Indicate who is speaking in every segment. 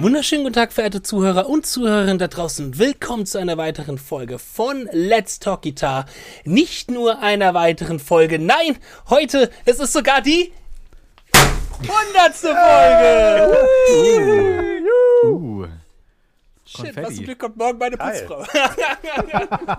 Speaker 1: wunderschönen guten Tag, verehrte Zuhörer und Zuhörerinnen da draußen. Willkommen zu einer weiteren Folge von Let's Talk Guitar. Nicht nur einer weiteren Folge, nein, heute, es ist sogar die hundertste Folge.
Speaker 2: Uh,
Speaker 1: Shit,
Speaker 2: Konfetti.
Speaker 1: was zum Glück kommt morgen meine
Speaker 3: Geil.
Speaker 1: Putzfrau.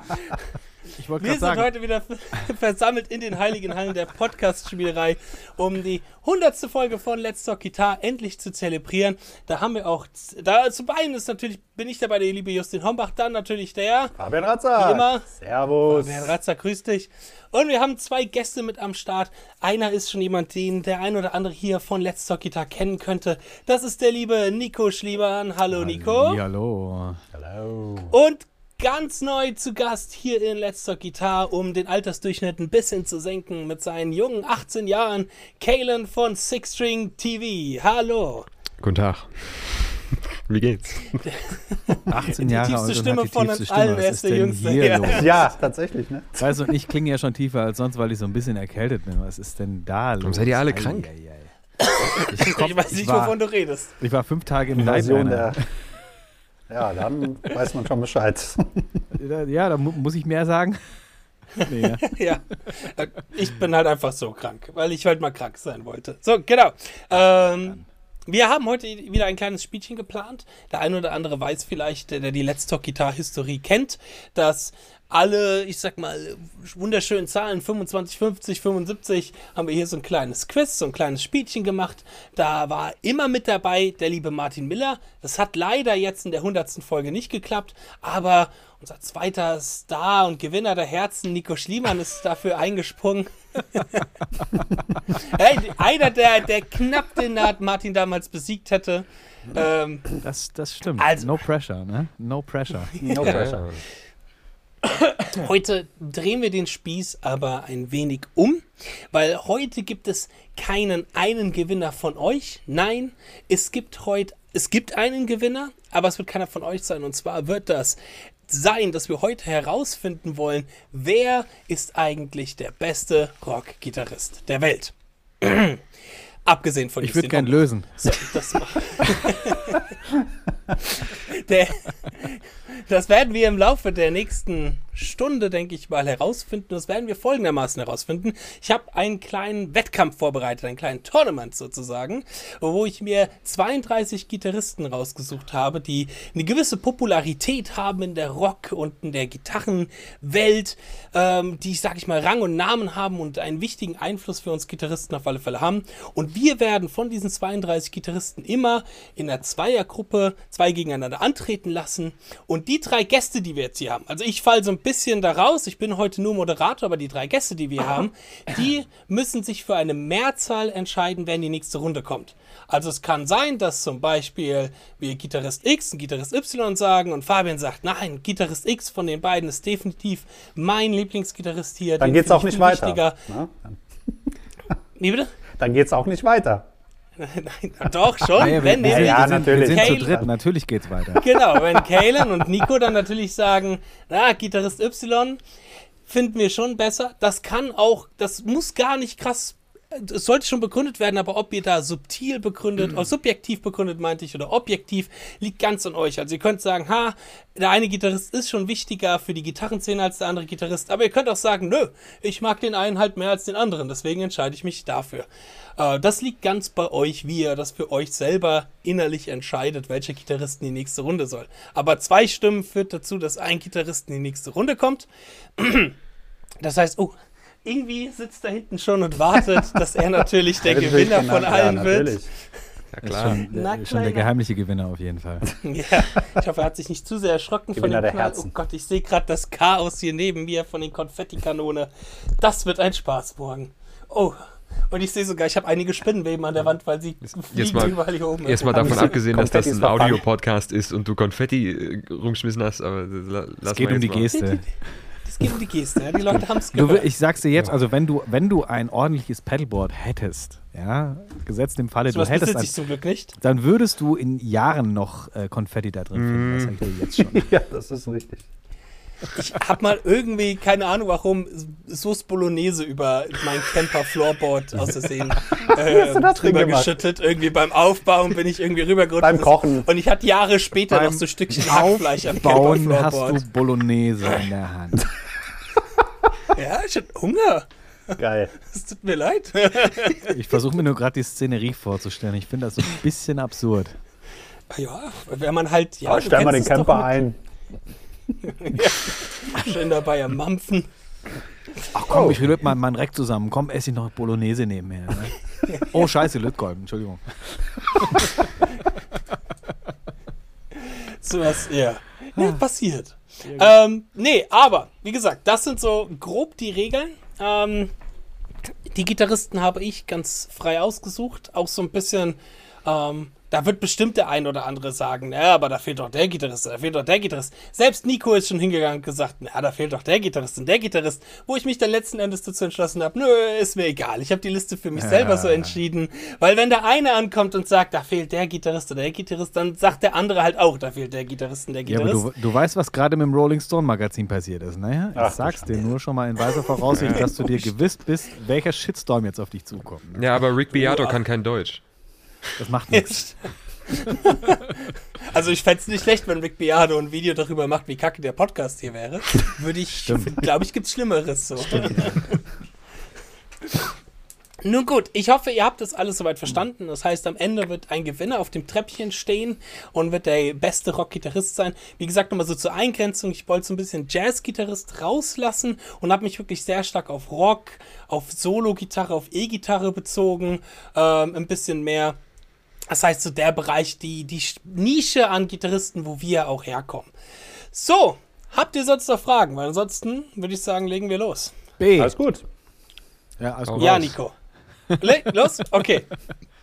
Speaker 2: ich wollte
Speaker 1: Wir sind
Speaker 2: gerade sagen,
Speaker 1: heute wieder versammelt in den heiligen Hallen der Podcast-Spielerei, um die hundertste Folge von Let's Talk Guitar endlich zu zelebrieren. Da haben wir auch, da zum einen ist natürlich, bin ich dabei der liebe Justin Hombach, dann natürlich der
Speaker 3: Fabian Ratzer.
Speaker 1: Wie immer.
Speaker 3: Servus.
Speaker 1: Herr Ratzer, grüß dich. Und wir haben zwei Gäste mit am Start. Einer ist schon jemand, den der ein oder andere hier von Let's Talk Guitar kennen könnte. Das ist der liebe Nico Schliemann. Hallo Nico.
Speaker 2: hallo.
Speaker 3: Hello.
Speaker 1: Und ganz neu zu Gast hier in Let's Talk Guitar, um den Altersdurchschnitt ein bisschen zu senken mit seinen jungen 18 Jahren, Kalen von Six String TV. Hallo.
Speaker 4: Guten Tag. Wie geht's?
Speaker 2: 18 Jahre
Speaker 1: tiefste
Speaker 2: alt und
Speaker 1: Stimme
Speaker 2: hat die
Speaker 1: von
Speaker 2: tiefste
Speaker 1: uns
Speaker 2: Stimme.
Speaker 1: allen,
Speaker 2: Was
Speaker 1: wer
Speaker 2: ist
Speaker 1: ist der
Speaker 2: denn
Speaker 1: Jüngste
Speaker 2: hier
Speaker 1: hier?
Speaker 2: los?
Speaker 3: Ja, tatsächlich, ne?
Speaker 2: Weißt du, und ich klinge ja schon tiefer als sonst, weil ich so ein bisschen erkältet bin. Was ist denn da los?
Speaker 4: seid ihr alle
Speaker 2: Ei,
Speaker 4: krank?
Speaker 2: ei, ei. Ich, komm,
Speaker 1: Ich weiß nicht,
Speaker 2: war,
Speaker 1: wovon du redest.
Speaker 2: ich war fünf Tage im
Speaker 3: Version der.
Speaker 2: Leib.
Speaker 3: Ja, dann weiß man schon Bescheid.
Speaker 2: Ja, da mu muss ich mehr sagen. Nee, ja.
Speaker 1: ja. Ich bin halt einfach so krank, weil ich halt mal krank sein wollte. So, genau. Ähm, wir haben heute wieder ein kleines Spielchen geplant. Der ein oder andere weiß vielleicht, der die Let's Talk Guitar Historie kennt, dass alle, ich sag mal, wunderschönen Zahlen, 25, 50, 75, haben wir hier so ein kleines Quiz, so ein kleines Spielchen gemacht. Da war immer mit dabei der liebe Martin Miller. Das hat leider jetzt in der 100. Folge nicht geklappt, aber unser zweiter Star und Gewinner der Herzen, Nico Schliemann, ist dafür eingesprungen. hey, einer, der, der knapp den Naht Martin damals besiegt hätte. Ähm,
Speaker 2: Das, das stimmt.
Speaker 1: Also-
Speaker 2: no pressure, ne? No pressure.
Speaker 3: No pressure.
Speaker 1: Heute drehen wir den Spieß aber ein wenig um, weil heute gibt es keinen einen Gewinner von euch. Nein, es gibt heute, es gibt einen Gewinner, aber es wird keiner von euch sein. Und zwar wird das sein, dass wir heute herausfinden wollen, wer ist eigentlich der beste Rockgitarrist der Welt. Abgesehen von
Speaker 2: Ich würde
Speaker 1: Justin
Speaker 2: gern
Speaker 1: Hoffmann.
Speaker 2: lösen.
Speaker 1: So, das, der, das werden wir im Laufe der nächsten Stunde, denke ich mal, herausfinden. Das werden wir folgendermaßen herausfinden. Ich habe einen kleinen Wettkampf vorbereitet, einen kleinen Tournament sozusagen, wo ich mir 32 Gitarristen rausgesucht habe, die eine gewisse Popularität haben in der Rock- und in der Gitarrenwelt, ähm, die, sag ich mal, Rang und Namen haben und einen wichtigen Einfluss für uns Gitarristen auf alle Fälle haben. Und wir werden von diesen 32 Gitarristen immer in einer Zweiergruppe zwei gegeneinander antreten lassen. Und die drei Gäste, die wir jetzt hier haben, also ich falle so ein bisschen da raus, ich bin heute nur Moderator, aber die drei Gäste, die wir haben, die müssen sich für eine Mehrzahl entscheiden, wer in die nächste Runde kommt. Also es kann sein, dass zum Beispiel wir Gitarrist X und Gitarrist Y sagen und Fabian sagt, nein, Gitarrist X von den beiden ist definitiv mein Lieblingsgitarrist hier.
Speaker 3: Dann
Speaker 1: den
Speaker 3: geht's
Speaker 1: find
Speaker 3: auch
Speaker 1: ich
Speaker 3: nicht
Speaker 1: viel
Speaker 3: weiter.
Speaker 1: wichtiger.
Speaker 3: Ne?
Speaker 1: Wie bitte?
Speaker 3: Dann geht's auch nicht weiter.
Speaker 1: Nein, doch schon,
Speaker 2: Naja,
Speaker 1: wenn
Speaker 2: wir,
Speaker 1: nämlich
Speaker 3: Ah ja,
Speaker 2: sind, wir
Speaker 3: natürlich.
Speaker 2: sind
Speaker 1: Kale-
Speaker 2: zu dritt. Natürlich geht's weiter.
Speaker 1: genau, wenn Kalen und Nico dann natürlich sagen, na, Gitarrist Y finden wir schon besser. Das kann auch, das muss gar nicht krass, es sollte schon begründet werden, aber ob ihr da subtil begründet, oder subjektiv begründet, meinte ich, oder objektiv, liegt ganz an euch. Also ihr könnt sagen, ha, der eine Gitarrist ist schon wichtiger für die Gitarrenszene als der andere Gitarrist, aber ihr könnt auch sagen, nö, ich mag den einen halt mehr als den anderen, deswegen entscheide ich mich dafür. Äh, das liegt ganz bei euch, wie ihr das für euch selber innerlich entscheidet, welcher Gitarrist in die nächste Runde soll. Aber zwei Stimmen führt dazu, dass ein Gitarrist in die nächste Runde kommt. Das heißt, oh, irgendwie sitzt da hinten schon und wartet, dass er natürlich der
Speaker 3: Wird natürlich
Speaker 1: Gewinner von
Speaker 3: genannt.
Speaker 1: allen
Speaker 3: ja,
Speaker 1: wird.
Speaker 3: natürlich.
Speaker 4: Ja
Speaker 2: Ist schon,
Speaker 1: Na,
Speaker 2: der, schon der
Speaker 1: kleiner.
Speaker 2: geheimliche Gewinner auf jeden Fall.
Speaker 1: Ja, ich hoffe, er hat sich nicht zu sehr erschrocken von
Speaker 3: Gewinner
Speaker 1: dem
Speaker 3: der
Speaker 1: Knall. Oh
Speaker 3: Herzen.
Speaker 1: Gott, ich sehe gerade das Chaos hier neben mir von den Konfettikanone. Das wird ein Spaß morgen. Oh, und ich sehe sogar, ich habe einige Spinnenweben an der Wand, weil sie fliegen
Speaker 4: mal-
Speaker 1: überall hier oben.
Speaker 4: Erstmal
Speaker 3: Haben
Speaker 4: davon
Speaker 3: Sie
Speaker 4: abgesehen, dass das
Speaker 3: Konfettis
Speaker 4: ein
Speaker 3: verpackt?
Speaker 4: Audio-Podcast ist und du Konfetti äh, rumgeschmissen hast, aber la, lass
Speaker 2: Es geht
Speaker 4: mal
Speaker 2: um die
Speaker 4: jetzt mal.
Speaker 2: Geste.
Speaker 1: Es geht um die Geste, ja, die Leute haben es
Speaker 2: Du,
Speaker 1: gehört.
Speaker 2: ich sag's dir jetzt, also wenn du, wenn du ein ordentliches Paddleboard hättest, ja, gesetzt im Falle, du
Speaker 1: Sowas
Speaker 2: hättest
Speaker 1: besitze
Speaker 2: ein,
Speaker 1: ich zum Glück nicht.
Speaker 2: dann würdest du in Jahren noch äh, Konfetti da drin
Speaker 1: Mhm.
Speaker 2: finden. Das sag ich dir jetzt schon.
Speaker 3: Ja, das ist richtig.
Speaker 1: Ich hab mal irgendwie, keine Ahnung warum, Sauce Bolognese über mein Camper Floorboard aus Versehen ähm,
Speaker 3: Wie hast du das denn
Speaker 1: drüber
Speaker 3: gemacht?
Speaker 1: geschüttelt, irgendwie beim Aufbauen bin ich irgendwie rübergerutscht.
Speaker 3: Beim Kochen.
Speaker 1: Und ich hatte Jahre später
Speaker 2: Beim
Speaker 1: noch so Stückchen Hackfleisch am
Speaker 2: Bauen hast
Speaker 1: Camperfloorboard.
Speaker 2: du Bolognese in der Hand.
Speaker 1: Ja, ich hatte Hunger.
Speaker 3: Geil.
Speaker 1: Es tut mir leid.
Speaker 2: Ich versuche mir nur gerade die Szenerie vorzustellen. Ich finde das so ein bisschen absurd.
Speaker 1: ja, wenn man halt. Ja,
Speaker 3: Aber
Speaker 1: du
Speaker 3: stell mal den
Speaker 1: kennst es doch
Speaker 3: Camper
Speaker 1: mit-
Speaker 3: ein.
Speaker 1: Schön dabei am Mampfen.
Speaker 2: Ach
Speaker 1: Oh.
Speaker 2: komm, ich rühre mal meinen Reck zusammen. Komm, esse ich noch Bolognese nebenher. Ne? Oh, scheiße, Lötkolben, Entschuldigung.
Speaker 1: Sowas, ja. Ja, passiert. Ähm, nee, aber, wie gesagt, das sind so grob die Regeln. Ähm, die Gitarristen habe ich ganz frei ausgesucht. Auch so ein bisschen, ähm, da wird bestimmt der ein oder andere sagen, ja, aber da fehlt doch der Gitarrist, da fehlt doch der Gitarrist. Selbst Nico ist schon hingegangen und gesagt, na, da fehlt doch der Gitarrist und der Gitarrist. Wo ich mich dann letzten Endes dazu entschlossen habe, nö, ist mir egal. Ich habe die Liste für mich selber so entschieden. Weil wenn der eine ankommt und sagt, da fehlt der Gitarrist oder der Gitarrist, dann sagt der andere halt auch, da fehlt der Gitarrist und der
Speaker 2: Ja,
Speaker 1: Gitarrist.
Speaker 2: aber du, du weißt, was gerade mit dem Rolling Stone Magazin passiert ist, ne? Ich
Speaker 3: Ach, du
Speaker 2: sag's dir nur schon mal in weiser Voraussicht, dass du dir gewiss bist, welcher Shitstorm jetzt auf dich zukommt. Ne?
Speaker 4: Ja, aber Rick Beato kann kein Deutsch.
Speaker 2: Das macht
Speaker 1: Ist.
Speaker 2: nichts.
Speaker 1: also ich fänd's nicht schlecht, wenn Rick Beado ein Video darüber macht, wie kacke der Podcast hier wäre. Würde ich, glaube ich, gibt's Schlimmeres so. Nun gut, ich hoffe, ihr habt das alles soweit verstanden. Das heißt, am Ende wird ein Gewinner auf dem Treppchen stehen und wird der beste Rockgitarrist sein. Wie gesagt, nochmal so zur Eingrenzung. Ich wollte so ein bisschen Jazzgitarrist rauslassen und habe mich wirklich sehr stark auf Rock, auf Solo-Gitarre, auf E-Gitarre bezogen. Ähm, ein bisschen mehr das heißt, so der Bereich, die, die Sch- Nische an Gitarristen, wo wir auch herkommen. So, habt ihr sonst noch Fragen? Weil ansonsten würde ich sagen, legen wir los.
Speaker 2: B.
Speaker 3: Alles gut.
Speaker 2: Ja,
Speaker 3: oh.
Speaker 2: alles
Speaker 4: gut.
Speaker 1: Ja,
Speaker 4: Raus.
Speaker 1: Nico. Le los? Okay.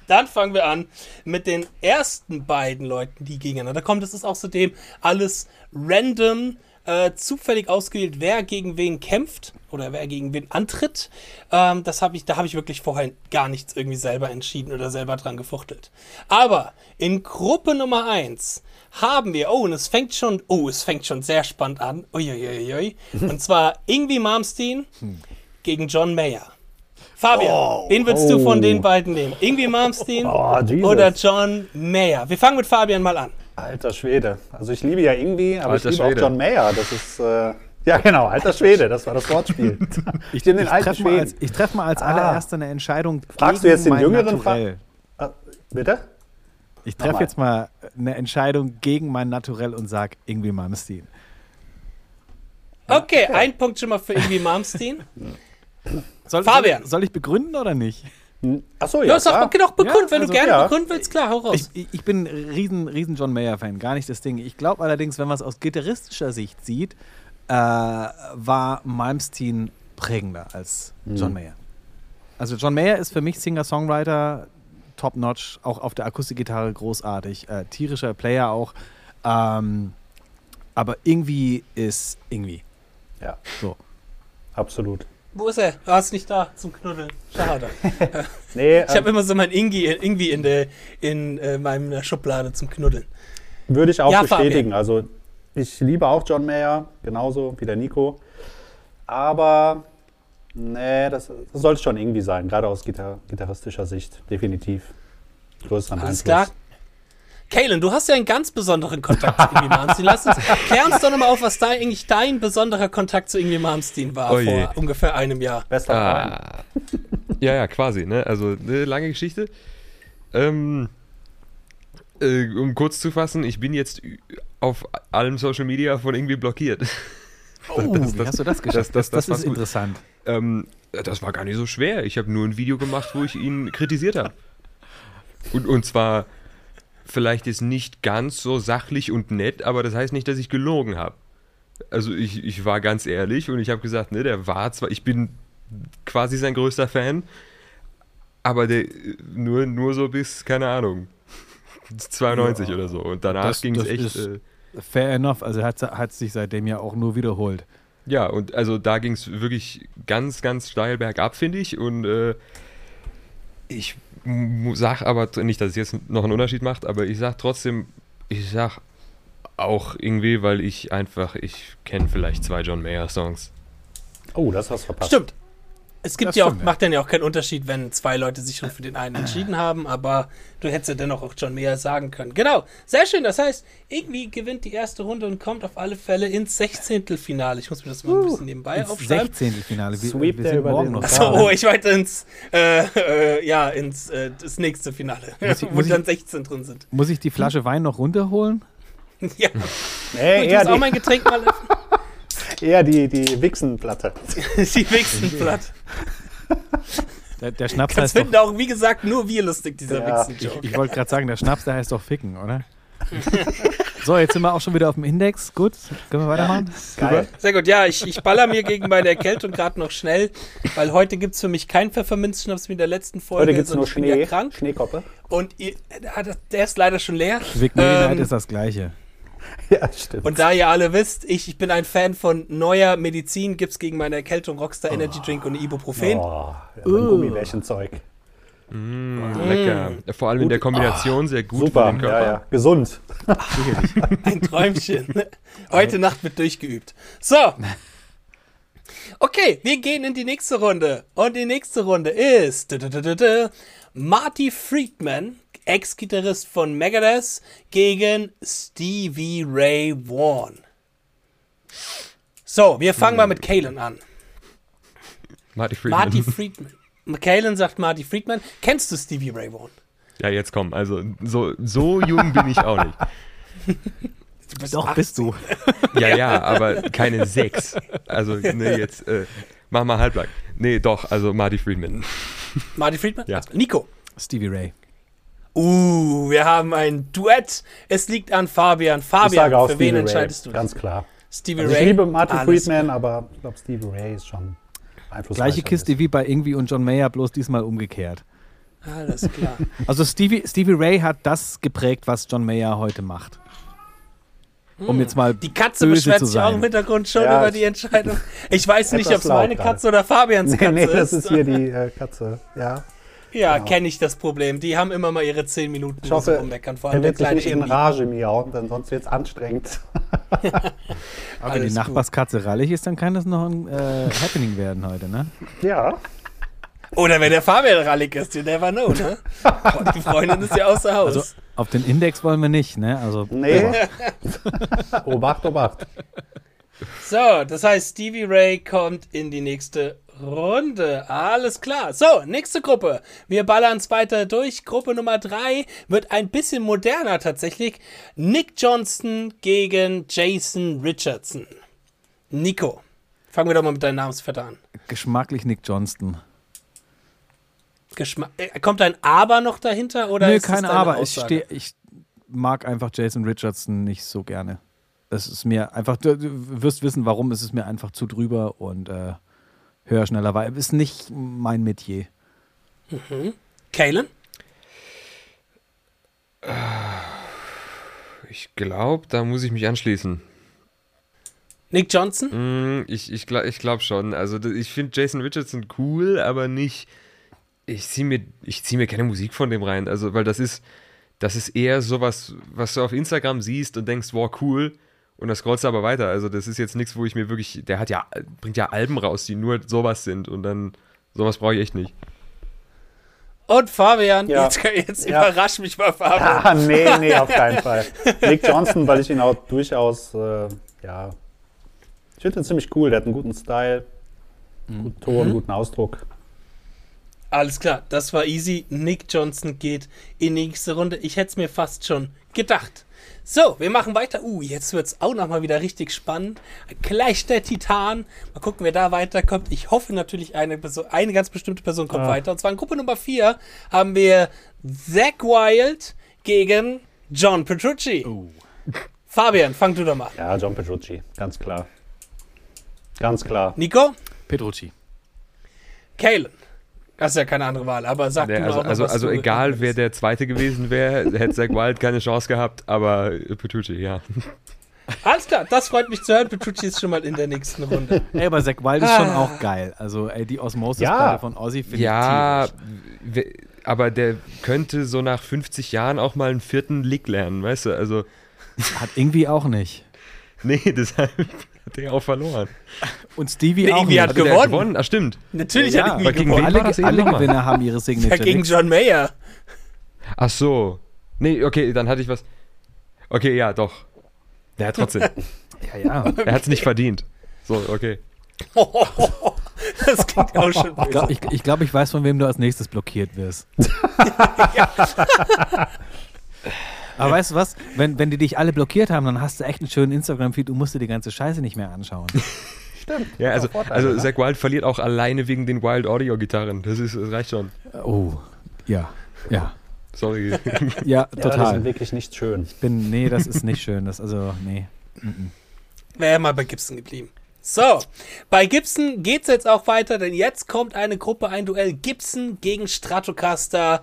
Speaker 1: Dann fangen wir an mit den ersten beiden Leuten, die gegeneinander kommen. Das ist außerdem alles random, äh, zufällig ausgewählt, wer gegen wen kämpft oder wer gegen wen antritt. Ähm, das hab ich, da habe ich wirklich vorher gar nichts irgendwie selber entschieden oder selber dran gefuchtelt. Aber in Gruppe Nummer 1 haben wir, oh, und es fängt schon, oh, es fängt schon sehr spannend an. Uiuiuiui. Und zwar Ingwie Malmsteen gegen John Mayer. Fabian, wen würdest du von den beiden nehmen? Ingwie Malmsteen
Speaker 3: Oh, Jesus.
Speaker 1: oder John Mayer? Wir fangen mit Fabian mal an.
Speaker 3: Alter Schwede. Also ich liebe ja irgendwie, aber
Speaker 4: Alter
Speaker 3: ich liebe
Speaker 4: Schwede.
Speaker 3: auch John Mayer. Das ist. Äh, ja, genau, alter Schwede, das war das Wortspiel. Ich nehme den
Speaker 2: Ich
Speaker 3: alten
Speaker 2: treffe mal,
Speaker 3: Schweden. Ah.
Speaker 2: als- ich treff mal als allererste eine Entscheidung.
Speaker 3: Fragst du
Speaker 2: gegen
Speaker 3: jetzt den
Speaker 2: mein
Speaker 3: jüngeren Fra-
Speaker 2: Naturell.
Speaker 3: Ah, bitte?
Speaker 2: Ich treffe
Speaker 3: Nochmal.
Speaker 2: jetzt mal eine Entscheidung gegen mein Naturell und sag irgendwie Malmsteen.
Speaker 1: Okay, ein Punkt schon mal für Ingwie Malmsteen.
Speaker 2: Soll,
Speaker 1: Fabian.
Speaker 2: Soll, soll ich begründen oder nicht?
Speaker 3: Achso,
Speaker 1: Du
Speaker 3: ja.
Speaker 1: hast auch
Speaker 3: klar.
Speaker 1: genug begründet,
Speaker 2: Ja,
Speaker 1: wenn du
Speaker 2: also,
Speaker 1: gerne
Speaker 3: ja.
Speaker 1: begründen willst, klar, hau raus.
Speaker 2: Ich, ich ich bin riesen, riesen John Mayer-Fan, gar nicht das Ding. Ich glaube allerdings, wenn man es aus gitarristischer Sicht sieht, äh, war Malmsteen prägender als
Speaker 4: Mhm.
Speaker 2: John Mayer. Also John Mayer ist für mich Singer-Songwriter, top-notch, auch auf der Akustikgitarre großartig, äh, tierischer Player auch. Ähm, aber irgendwie ist irgendwie.
Speaker 3: Ja,
Speaker 2: So.
Speaker 3: absolut.
Speaker 1: Wo ist er? Du warst nicht da zum Knuddeln. Schade.
Speaker 3: Nee,
Speaker 1: Ich
Speaker 3: ähm,
Speaker 1: habe immer so mein Ingi, Ingwie in, der, in äh, meiner Schublade zum Knuddeln.
Speaker 3: Würde ich auch
Speaker 1: Ja,
Speaker 3: bestätigen. Also ich liebe auch John Mayer, genauso wie der Nico. Aber nee, das, das sollte schon irgendwie sein, gerade aus Gitar gitarristischer Sicht, definitiv. Größeren
Speaker 1: Alles
Speaker 3: Einfluss.
Speaker 1: klar? Kalen, du hast ja einen ganz besonderen Kontakt zu Ingwie Malmsteen. Lass uns, klär uns doch nochmal auf, was da eigentlich dein besonderer Kontakt zu Ingwie Malmsteen war
Speaker 4: Oh je.
Speaker 1: vor ungefähr einem Jahr.
Speaker 3: Bester Freund.
Speaker 4: Ah. Ja, ja, quasi, ne? Also, eine lange Geschichte. Ähm, äh, um kurz zu fassen, ich bin jetzt ü- auf allem Social Media von irgendwie blockiert.
Speaker 2: Oh,
Speaker 4: das-
Speaker 2: wie
Speaker 4: das-
Speaker 2: hast du das geschafft?
Speaker 4: das- das- das
Speaker 2: ist
Speaker 4: war's gut.
Speaker 2: interessant.
Speaker 4: Ähm, das war gar nicht so schwer. Ich habe nur ein Video gemacht, wo ich ihn kritisiert habe. Und, und zwar vielleicht ist nicht ganz so sachlich und nett, aber das heißt nicht, dass ich gelogen habe. Also ich, ich war ganz ehrlich und ich habe gesagt, ne, der war zwar, ich bin quasi sein größter Fan, aber der äh, nur, nur so bis, keine Ahnung, 92 oder so. Und danach
Speaker 2: Das-
Speaker 4: ging es
Speaker 2: das
Speaker 4: echt.
Speaker 2: ist-
Speaker 4: äh,
Speaker 2: Fair enough, also hat, hat sich seitdem ja auch nur wiederholt.
Speaker 4: Ja, und also da ging es wirklich ganz, ganz steil bergab, finde ich. Und äh, ich mu- sag aber tr- nicht, dass es jetzt noch einen Unterschied macht, aber ich sag trotzdem, ich sag auch irgendwie, weil ich einfach, ich kenne vielleicht zwei John Mayer Songs.
Speaker 3: Oh, das hast du verpasst.
Speaker 1: Stimmt. Es gibt
Speaker 2: Das
Speaker 1: ja auch,
Speaker 2: stimmt, ja. Ah.
Speaker 1: macht dann ja auch keinen Unterschied, wenn zwei Leute sich schon für den einen entschieden haben, aber du hättest ja dennoch auch John Mayer sagen können. Genau, sehr schön. Das heißt, irgendwie gewinnt die erste Runde und kommt auf alle Fälle ins Sechzehntelfinale. Ich muss mir das mal ein bisschen nebenbei
Speaker 2: Uh, Ins
Speaker 1: aufschreiben.
Speaker 2: 16. Finale. Wir,
Speaker 3: Sweep
Speaker 2: wir
Speaker 3: der
Speaker 2: sind
Speaker 3: über
Speaker 2: morgen
Speaker 3: den-
Speaker 2: noch
Speaker 3: Ach
Speaker 1: Achso,
Speaker 2: da.
Speaker 1: oh, ich wollte ins, äh, äh, ja, ins äh, das nächste Finale,
Speaker 2: Muss ich-
Speaker 1: wo
Speaker 2: muss ich-
Speaker 1: dann 16 drin sind.
Speaker 2: Muss ich die Flasche Wein noch runterholen?
Speaker 1: ja,
Speaker 3: Nee,
Speaker 1: ich
Speaker 3: eher,
Speaker 1: muss auch
Speaker 3: die,
Speaker 1: mein Getränk mal öffnen.
Speaker 3: eher die, die Wichsenplatte.
Speaker 1: Die Wichsenblatt.
Speaker 2: Der, der Schnaps
Speaker 1: Das
Speaker 2: heißt doch.
Speaker 1: finden auch, wie gesagt, nur wir lustig, dieser
Speaker 3: Ja.
Speaker 1: Wichsen-Joke.
Speaker 2: Ich wollte gerade sagen, der Schnaps, der heißt doch Ficken, oder? so, jetzt sind wir auch schon wieder auf dem Index. Gut, können wir weitermachen?
Speaker 3: Geil.
Speaker 1: Sehr gut, ja, ich, ich baller mir gegen meine Erkältung gerade noch schnell, weil heute gibt es für mich keinen Pfefferminzschnaps wie in der letzten Folge.
Speaker 3: Heute gibt es nur
Speaker 1: sondern Ich bin
Speaker 3: Schnee,
Speaker 1: ja krank
Speaker 3: Schneekoppe.
Speaker 1: und ihr, ah, das- der ist leider schon leer.
Speaker 2: Vignelinheit
Speaker 1: Ähm,
Speaker 2: ist das Gleiche.
Speaker 3: Ja, stimmt.
Speaker 1: Und da ihr alle wisst, ich, ich bin ein Fan von neuer Medizin, gibt es gegen meine Erkältung Rockstar Energy Drink und Ibuprofen.
Speaker 3: oh, ja, so ein
Speaker 1: Uh.
Speaker 3: Gummibärchenzeug. Ah,
Speaker 4: Lecker. Vor allem in der Kombination sehr gut für
Speaker 3: Super,
Speaker 4: den Körper.
Speaker 3: ja, ja. Gesund.
Speaker 1: Ein Träumchen. Heute Nacht wird durchgeübt. So. Okay, wir gehen in die nächste Runde. Und die nächste Runde ist dü- dü- dü- dü- dü, Marty Friedman, Ex-Gitarrist von Megadeth, gegen Stevie Ray Vaughan. So, wir fangen mal mit Kalen an.
Speaker 4: Marty Friedman.
Speaker 1: Marty Friedman. Kalen sagt Marty Friedman. Kennst du Stevie Ray Vaughan?
Speaker 4: Ja, jetzt komm. Also so, so jung bin ich auch nicht.
Speaker 1: Du bist
Speaker 2: Doch, bist du.
Speaker 4: Ja, ja, aber keine sechs. Also, nee, jetzt äh, mach mal halblang. Nee, doch, also Marty Friedman.
Speaker 1: Marty Friedman?
Speaker 4: Ja.
Speaker 1: Nico.
Speaker 2: Stevie Ray.
Speaker 1: Uh, wir haben ein Duett. Es liegt an Fabian.
Speaker 3: Ich
Speaker 1: Fabian,
Speaker 3: sage auch
Speaker 1: für
Speaker 3: Stevie
Speaker 1: wen
Speaker 3: Ray.
Speaker 1: entscheidest du?
Speaker 3: Ganz klar.
Speaker 1: Stevie
Speaker 3: Also ich
Speaker 1: Ray.
Speaker 3: liebe Martin
Speaker 1: Alles.
Speaker 3: Friedman, aber ich glaube, Stevie Ray ist schon einflussreich.
Speaker 2: Gleiche Kiste wie bei Ingwie und John Mayer, bloß diesmal umgekehrt.
Speaker 1: Alles klar.
Speaker 2: Also Stevie, Stevie Ray hat das geprägt, was John Mayer heute macht. Um jetzt mal
Speaker 1: Die Katze
Speaker 2: böse
Speaker 1: beschwert
Speaker 2: zu
Speaker 1: sich auch
Speaker 2: sein.
Speaker 1: im Hintergrund schon
Speaker 3: Ja,
Speaker 1: über die Entscheidung. Ich weiß nicht, ob
Speaker 3: etwas
Speaker 1: es meine
Speaker 3: laut gerade.
Speaker 1: Katze oder Fabians
Speaker 3: Nee,
Speaker 1: Katze
Speaker 3: nee,
Speaker 1: ist.
Speaker 3: das ist hier die äh, Katze. Ja.
Speaker 1: ja, kenne ich das Problem. Die haben immer mal ihre 10 Minuten,
Speaker 3: Ich
Speaker 1: wo sie
Speaker 3: hoffe,
Speaker 1: rummeckern. Vor allem
Speaker 3: er
Speaker 1: der
Speaker 3: wird sich
Speaker 1: kleine
Speaker 3: nicht in
Speaker 1: Indy.
Speaker 3: Rage miauen, denn sonst wird es anstrengend.
Speaker 2: Aber wenn die
Speaker 1: Alles gut.
Speaker 2: Nachbarskatze rallig ist, dann kann das noch ein äh, Happening werden heute, ne?
Speaker 3: Ja.
Speaker 1: Oder wenn der Fabian rallig ist, you never know, ne? Und die Freundin ist ja außer Haus.
Speaker 2: Also auf den Index wollen wir nicht, ne? Also
Speaker 1: Hm.
Speaker 3: Nee. Obacht, Obacht.
Speaker 1: So, das heißt, Stevie Ray kommt in die nächste Runde. Alles klar. So, nächste Gruppe. Wir ballern weiter durch. Gruppe Nummer 3 wird ein bisschen moderner tatsächlich. Nick Johnson gegen Jason Richardson. Nico, fangen wir doch mal mit deinem Namensvetter an.
Speaker 2: geschmacklich Nick Johnston.
Speaker 1: Geschma äh, kommt ein Aber noch dahinter oder
Speaker 2: Nö,
Speaker 1: ist das
Speaker 2: kein
Speaker 1: deine
Speaker 2: Aber. Ich,
Speaker 1: Aussage?
Speaker 2: steh, ich mag einfach Jason Richardson nicht so gerne. Das ist mir einfach, du, du wirst wissen, warum ist es ist mir einfach zu drüber und äh, höher, schneller, weil ist nicht mein Metier.
Speaker 1: Kalen?
Speaker 4: Ich glaube, da muss ich mich anschließen.
Speaker 1: Nick Johnson?
Speaker 4: Mm, Ich, ich, gla- ich glaube schon. Also d- ich finde Jason Richardson cool, aber nicht. Ich ziehe mir, ich zieh mir keine Musik von dem rein. Also, weil das ist, das ist eher sowas, was du auf Instagram siehst und denkst, wow, cool. Und das scrollst du aber weiter. Also, das ist jetzt nichts, wo ich mir wirklich. Der hat ja, bringt ja Alben raus, die nur sowas sind. Und dann, sowas brauche ich echt nicht.
Speaker 1: Und Fabian?
Speaker 3: Ja.
Speaker 1: Jetzt, jetzt
Speaker 3: Ja.
Speaker 1: überrasch mich mal, Fabian.
Speaker 3: Ah, nee, nee, auf keinen Fall. Nick Johnson, weil ich ihn auch durchaus, äh, ja, ich finde ihn ziemlich cool. Der hat einen guten Style, guten Ton, guten Ausdruck.
Speaker 1: Alles klar, das war easy. Nick Johnson geht in die nächste Runde. Ich hätte es mir fast schon gedacht. So, wir machen weiter. Uh, jetzt wird es auch nochmal wieder richtig spannend. Gleich der Titan. Mal gucken, wer da weiterkommt. Ich hoffe natürlich, eine, Person, eine ganz bestimmte Person kommt
Speaker 4: Ah.
Speaker 1: weiter. Und zwar in Gruppe Nummer 4 haben wir Zack Wild gegen John Petrucci.
Speaker 4: Oh.
Speaker 1: Fabian, fang du doch mal. an.
Speaker 3: Ja, John Petrucci, ganz klar. Ganz klar.
Speaker 1: Nico?
Speaker 2: Petrucci.
Speaker 1: Kalen. Das ist ja keine andere Wahl, aber sag
Speaker 4: Der,
Speaker 1: du
Speaker 4: also,
Speaker 1: auch noch,
Speaker 4: also,
Speaker 1: was
Speaker 4: also
Speaker 1: du
Speaker 4: egal, wer der Zweite gewesen wäre, hätte Zach Wild keine Chance gehabt, aber Petrucci, ja.
Speaker 1: Alles klar, das freut mich zu hören. Petrucci ist schon mal in der nächsten Runde.
Speaker 2: Ey, aber Zack Wild ist schon
Speaker 1: Ah.
Speaker 2: auch geil. Also ey, die Osmosis
Speaker 3: Ja.
Speaker 2: gerade von Ozzy finde
Speaker 4: Ja,
Speaker 2: ich tierisch.
Speaker 4: we- aber der könnte so nach 50 Jahren auch mal einen vierten Lick lernen, weißt du? Also,
Speaker 2: Hat irgendwie auch nicht.
Speaker 4: nee, deshalb. Hat der auch verloren.
Speaker 2: Und Stevie
Speaker 1: Nee,
Speaker 2: auch
Speaker 1: irgendwie
Speaker 2: nicht. Also,
Speaker 1: hat
Speaker 4: Also der
Speaker 1: gewonnen.
Speaker 4: gewonnen. Ah, stimmt.
Speaker 1: Natürlich
Speaker 2: Ja,
Speaker 1: hat
Speaker 4: aber
Speaker 1: irgendwie
Speaker 4: gegen
Speaker 1: gewonnen.
Speaker 4: wen war das
Speaker 2: alle
Speaker 4: eben
Speaker 2: alle
Speaker 4: nochmal?
Speaker 2: Gewinner haben ihre
Speaker 1: Ja,
Speaker 2: Signature.
Speaker 1: gegen
Speaker 2: Licks.
Speaker 1: John Mayer.
Speaker 4: Ach so. Nee, okay, dann hatte ich was. Okay, ja, doch. Ja, trotzdem.
Speaker 2: ja, ja.
Speaker 4: Er hat es nicht verdient. So, okay.
Speaker 1: Das klingt auch schon
Speaker 2: Ich glaube,
Speaker 1: böse.
Speaker 2: ich, ich, glaub, ich weiß, von wem du als nächstes blockiert wirst. Aber weißt du was? Wenn, wenn die dich alle blockiert haben, dann hast du echt einen schönen Instagram-Feed und musst dir die ganze Scheiße nicht mehr anschauen.
Speaker 3: Stimmt.
Speaker 4: Ja, also,
Speaker 3: Doch, Vorteile,
Speaker 4: also
Speaker 3: ne?
Speaker 4: Zach Wild verliert auch alleine wegen den Wild Audio-Gitarren. Das, ist, das reicht schon.
Speaker 2: Oh, ja. Ja.
Speaker 4: Sorry.
Speaker 2: Ja,
Speaker 3: Ja, die sind
Speaker 2: total.
Speaker 3: wirklich nicht schön.
Speaker 2: Bin, nee, das ist nicht schön. Das, also, nee.
Speaker 1: Wäre mal bei Gibson geblieben. So, bei Gibson geht's jetzt auch weiter, denn jetzt kommt eine Gruppe, ein Duell Gibson gegen Stratocaster,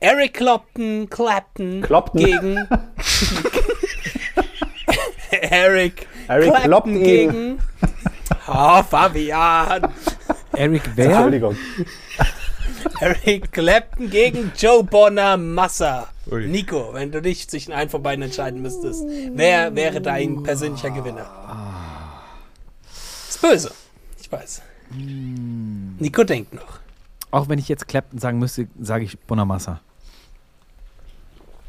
Speaker 1: Eric Clapton, Clapton,
Speaker 3: Clapton.
Speaker 1: gegen Eric,
Speaker 3: Eric
Speaker 1: Clapton
Speaker 3: Clapton.
Speaker 1: gegen oh, Fabian,
Speaker 2: Eric, wer?
Speaker 3: Entschuldigung.
Speaker 1: Eric Clapton gegen Joe Bonner Massa.
Speaker 4: Ui.
Speaker 1: Nico, wenn du dich zwischen einen von beiden entscheiden müsstest, wer wäre dein persönlicher Gewinner? Ist böse. Ich weiß. Nico denkt noch.
Speaker 2: Auch wenn ich jetzt Clapton sagen müsste, sage ich Bonamassa.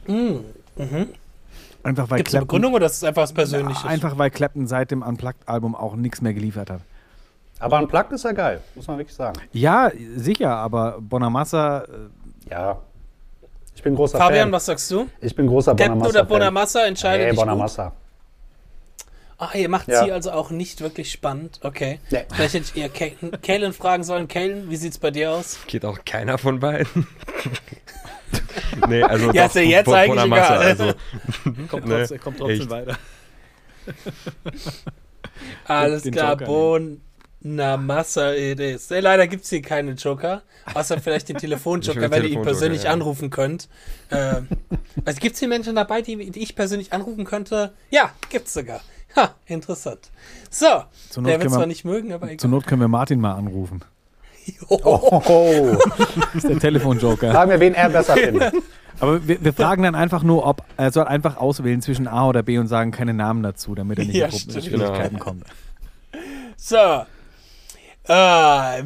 Speaker 2: Einfach weil
Speaker 1: Gibt es Mm, mhm. eine
Speaker 2: Clapton,
Speaker 1: Begründung oder ist es einfach was Persönliches?
Speaker 2: einfach weil Clapton seit dem Unplugged-Album auch nichts mehr geliefert hat.
Speaker 3: Aber ein Plug ist ja geil, muss man wirklich sagen.
Speaker 2: Ja, sicher, aber Bonamassa, äh,
Speaker 3: Ja. Ich bin großer
Speaker 1: Fabian,
Speaker 3: Fan.
Speaker 1: was sagst du?
Speaker 3: ich bin großer
Speaker 1: Captain
Speaker 3: Bonamassa.
Speaker 1: oder Bonamassa
Speaker 3: Fan.
Speaker 1: entscheidet
Speaker 3: Hey,
Speaker 1: dich
Speaker 3: Bonamassa.
Speaker 1: gut. Ah, ihr macht es
Speaker 3: Ja.
Speaker 1: hier also auch nicht wirklich spannend. Okay.
Speaker 3: Nee.
Speaker 1: Vielleicht hätte ich eher Kay- Kalen fragen sollen. Kalen, wie sieht's bei dir aus?
Speaker 4: Geht auch keiner von beiden. nee, also.
Speaker 1: Ja,
Speaker 4: doch,
Speaker 1: ist ja jetzt
Speaker 4: Bo-
Speaker 1: eigentlich
Speaker 4: Bonamassa,
Speaker 1: egal.
Speaker 4: Also,
Speaker 2: kommt
Speaker 4: Nee,
Speaker 2: trotzdem, kommt trotzdem
Speaker 4: echt.
Speaker 2: weiter.
Speaker 1: Alles
Speaker 2: den
Speaker 1: klar,
Speaker 2: Joker
Speaker 1: Bonamassa it is. Äh, leider gibt es hier keinen Joker, außer vielleicht den
Speaker 4: Ich
Speaker 1: Telefonjoker,
Speaker 4: will
Speaker 1: wenn ihr ihn
Speaker 4: Telefonjoker,
Speaker 1: persönlich
Speaker 4: ja.
Speaker 1: anrufen könnt. Ähm, also gibt es hier Menschen dabei, die, die ich persönlich anrufen könnte? Ja, gibt's sogar. Ha, interessant. So,
Speaker 2: Zur Not
Speaker 1: der wird
Speaker 2: können
Speaker 1: zwar
Speaker 2: wir-
Speaker 1: nicht mögen, aber egal.
Speaker 2: Zur Not können wir Martin mal anrufen.
Speaker 1: Oh,
Speaker 3: Oh,
Speaker 2: Das ist der Telefonjoker.
Speaker 3: sag mir, wen er besser findet.
Speaker 2: Aber wir, wir fragen dann einfach nur, ob er soll einfach auswählen zwischen A oder B und sagen keine Namen dazu, damit er nicht
Speaker 1: Ja,
Speaker 2: in Gruppen-
Speaker 1: stimmt.
Speaker 2: Schwierigkeiten kommt.
Speaker 1: So. Äh,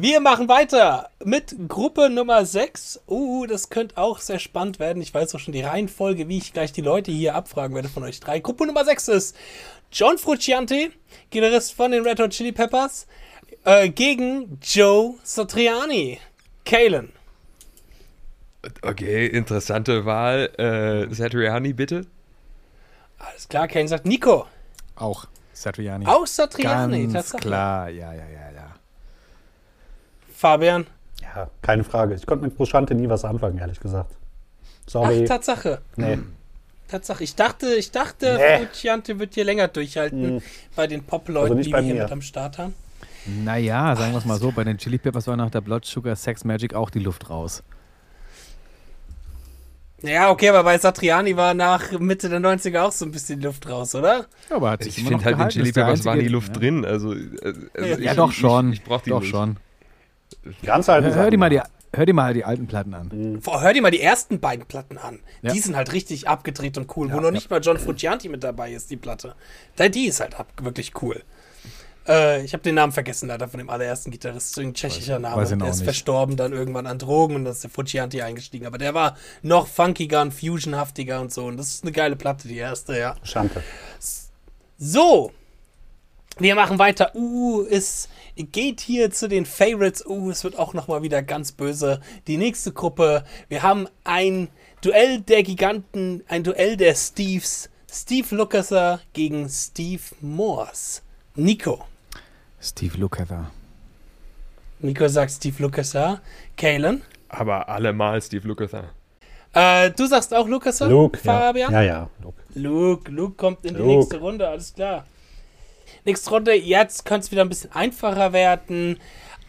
Speaker 1: wir machen weiter mit Gruppe Nummer 6. Uh, das könnte auch sehr spannend werden. Ich weiß auch schon die Reihenfolge, wie ich gleich die Leute hier abfragen werde von euch drei. Gruppe Nummer 6 ist John Frucciante, Gitarrist von den Red Hot Chili Peppers, äh, gegen Joe Satriani. Kalen.
Speaker 4: okay, interessante Wahl. Äh, Satriani, bitte.
Speaker 1: Alles klar, Kalen sagt Nico.
Speaker 2: Auch Satriani.
Speaker 1: Auch Satriani.
Speaker 2: Ganz
Speaker 1: Tatsache.
Speaker 2: klar, ja, ja, ja, ja.
Speaker 1: Fabian.
Speaker 3: Ja, keine Frage. Ich konnte mit Bruschante nie was anfangen, ehrlich gesagt.
Speaker 1: Ach,
Speaker 3: Sorry.
Speaker 1: Tatsache.
Speaker 3: nee.
Speaker 1: Tatsache, ich dachte, ich dachte,
Speaker 3: Nee. Hm.
Speaker 1: Fuciante wird hier länger durchhalten bei den Pop-Leuten,
Speaker 3: Also nicht
Speaker 1: die
Speaker 3: bei
Speaker 1: wir hier
Speaker 3: mir.
Speaker 1: mit am Start haben.
Speaker 2: Naja, sagen wir es mal so, bei den Chili Peppers war nach der Blood Sugar Sex Magic auch die Luft raus.
Speaker 1: Ja, okay, aber bei Satriani war nach Mitte der 90er auch so ein bisschen Luft raus, oder?
Speaker 2: Ja, aber hat sich
Speaker 4: Ich
Speaker 2: immer
Speaker 4: finde
Speaker 2: noch
Speaker 4: halt, in
Speaker 2: gehalten,
Speaker 4: Chili
Speaker 2: ist der
Speaker 4: Peppers war nie
Speaker 2: einzige-
Speaker 4: Luft drin. Also, äh, also
Speaker 1: Ja,
Speaker 4: ich-
Speaker 2: Ja, ja doch
Speaker 4: ich-
Speaker 2: schon.
Speaker 4: Ich, ich brauch die
Speaker 2: doch
Speaker 4: nicht.
Speaker 2: schon.
Speaker 3: Ganz alten
Speaker 2: Hör, hör, dir
Speaker 3: Sachen.
Speaker 2: mal die, hör dir mal die alten Platten an.
Speaker 1: Vor- Hör dir mal die ersten beiden Platten an.
Speaker 2: Ja.
Speaker 1: Die sind halt richtig abgedreht und cool, wo noch nicht mal John Fucianti mit dabei ist, die Platte. Da- Die ist halt ab wirklich cool. Äh, ich habe den Namen vergessen, leider von dem allerersten Gitarrist, ein tschechischer Name.
Speaker 2: weiß ihn
Speaker 1: der
Speaker 2: auch
Speaker 1: ist
Speaker 2: nicht.
Speaker 1: verstorben, dann irgendwann an Drogen und dann ist der Fucianti eingestiegen. Aber der war noch funkiger und fusionhaftiger und so. Und das ist eine geile Platte, die erste, ja.
Speaker 3: Bruschante.
Speaker 1: So, wir machen weiter. Uh, es geht hier zu den Favorites. Uh, es wird auch nochmal wieder ganz böse. Die nächste Gruppe. Wir haben ein Duell der Giganten, ein Duell der Steves. Steve Lukather gegen Steve Morse. Nico.
Speaker 2: Steve Lukather.
Speaker 1: Nico sagt Steve Lukather. Kalen.
Speaker 4: Aber allemal Steve Lukather.
Speaker 1: Äh, du sagst auch Lukather?
Speaker 3: Luke.
Speaker 1: Fabian?
Speaker 3: Ja, ja. ja Luke.
Speaker 1: Luke, Luke kommt in die
Speaker 3: Luke.
Speaker 1: nächste Runde, alles klar. Nächste Runde, jetzt könnte es wieder ein bisschen einfacher werden.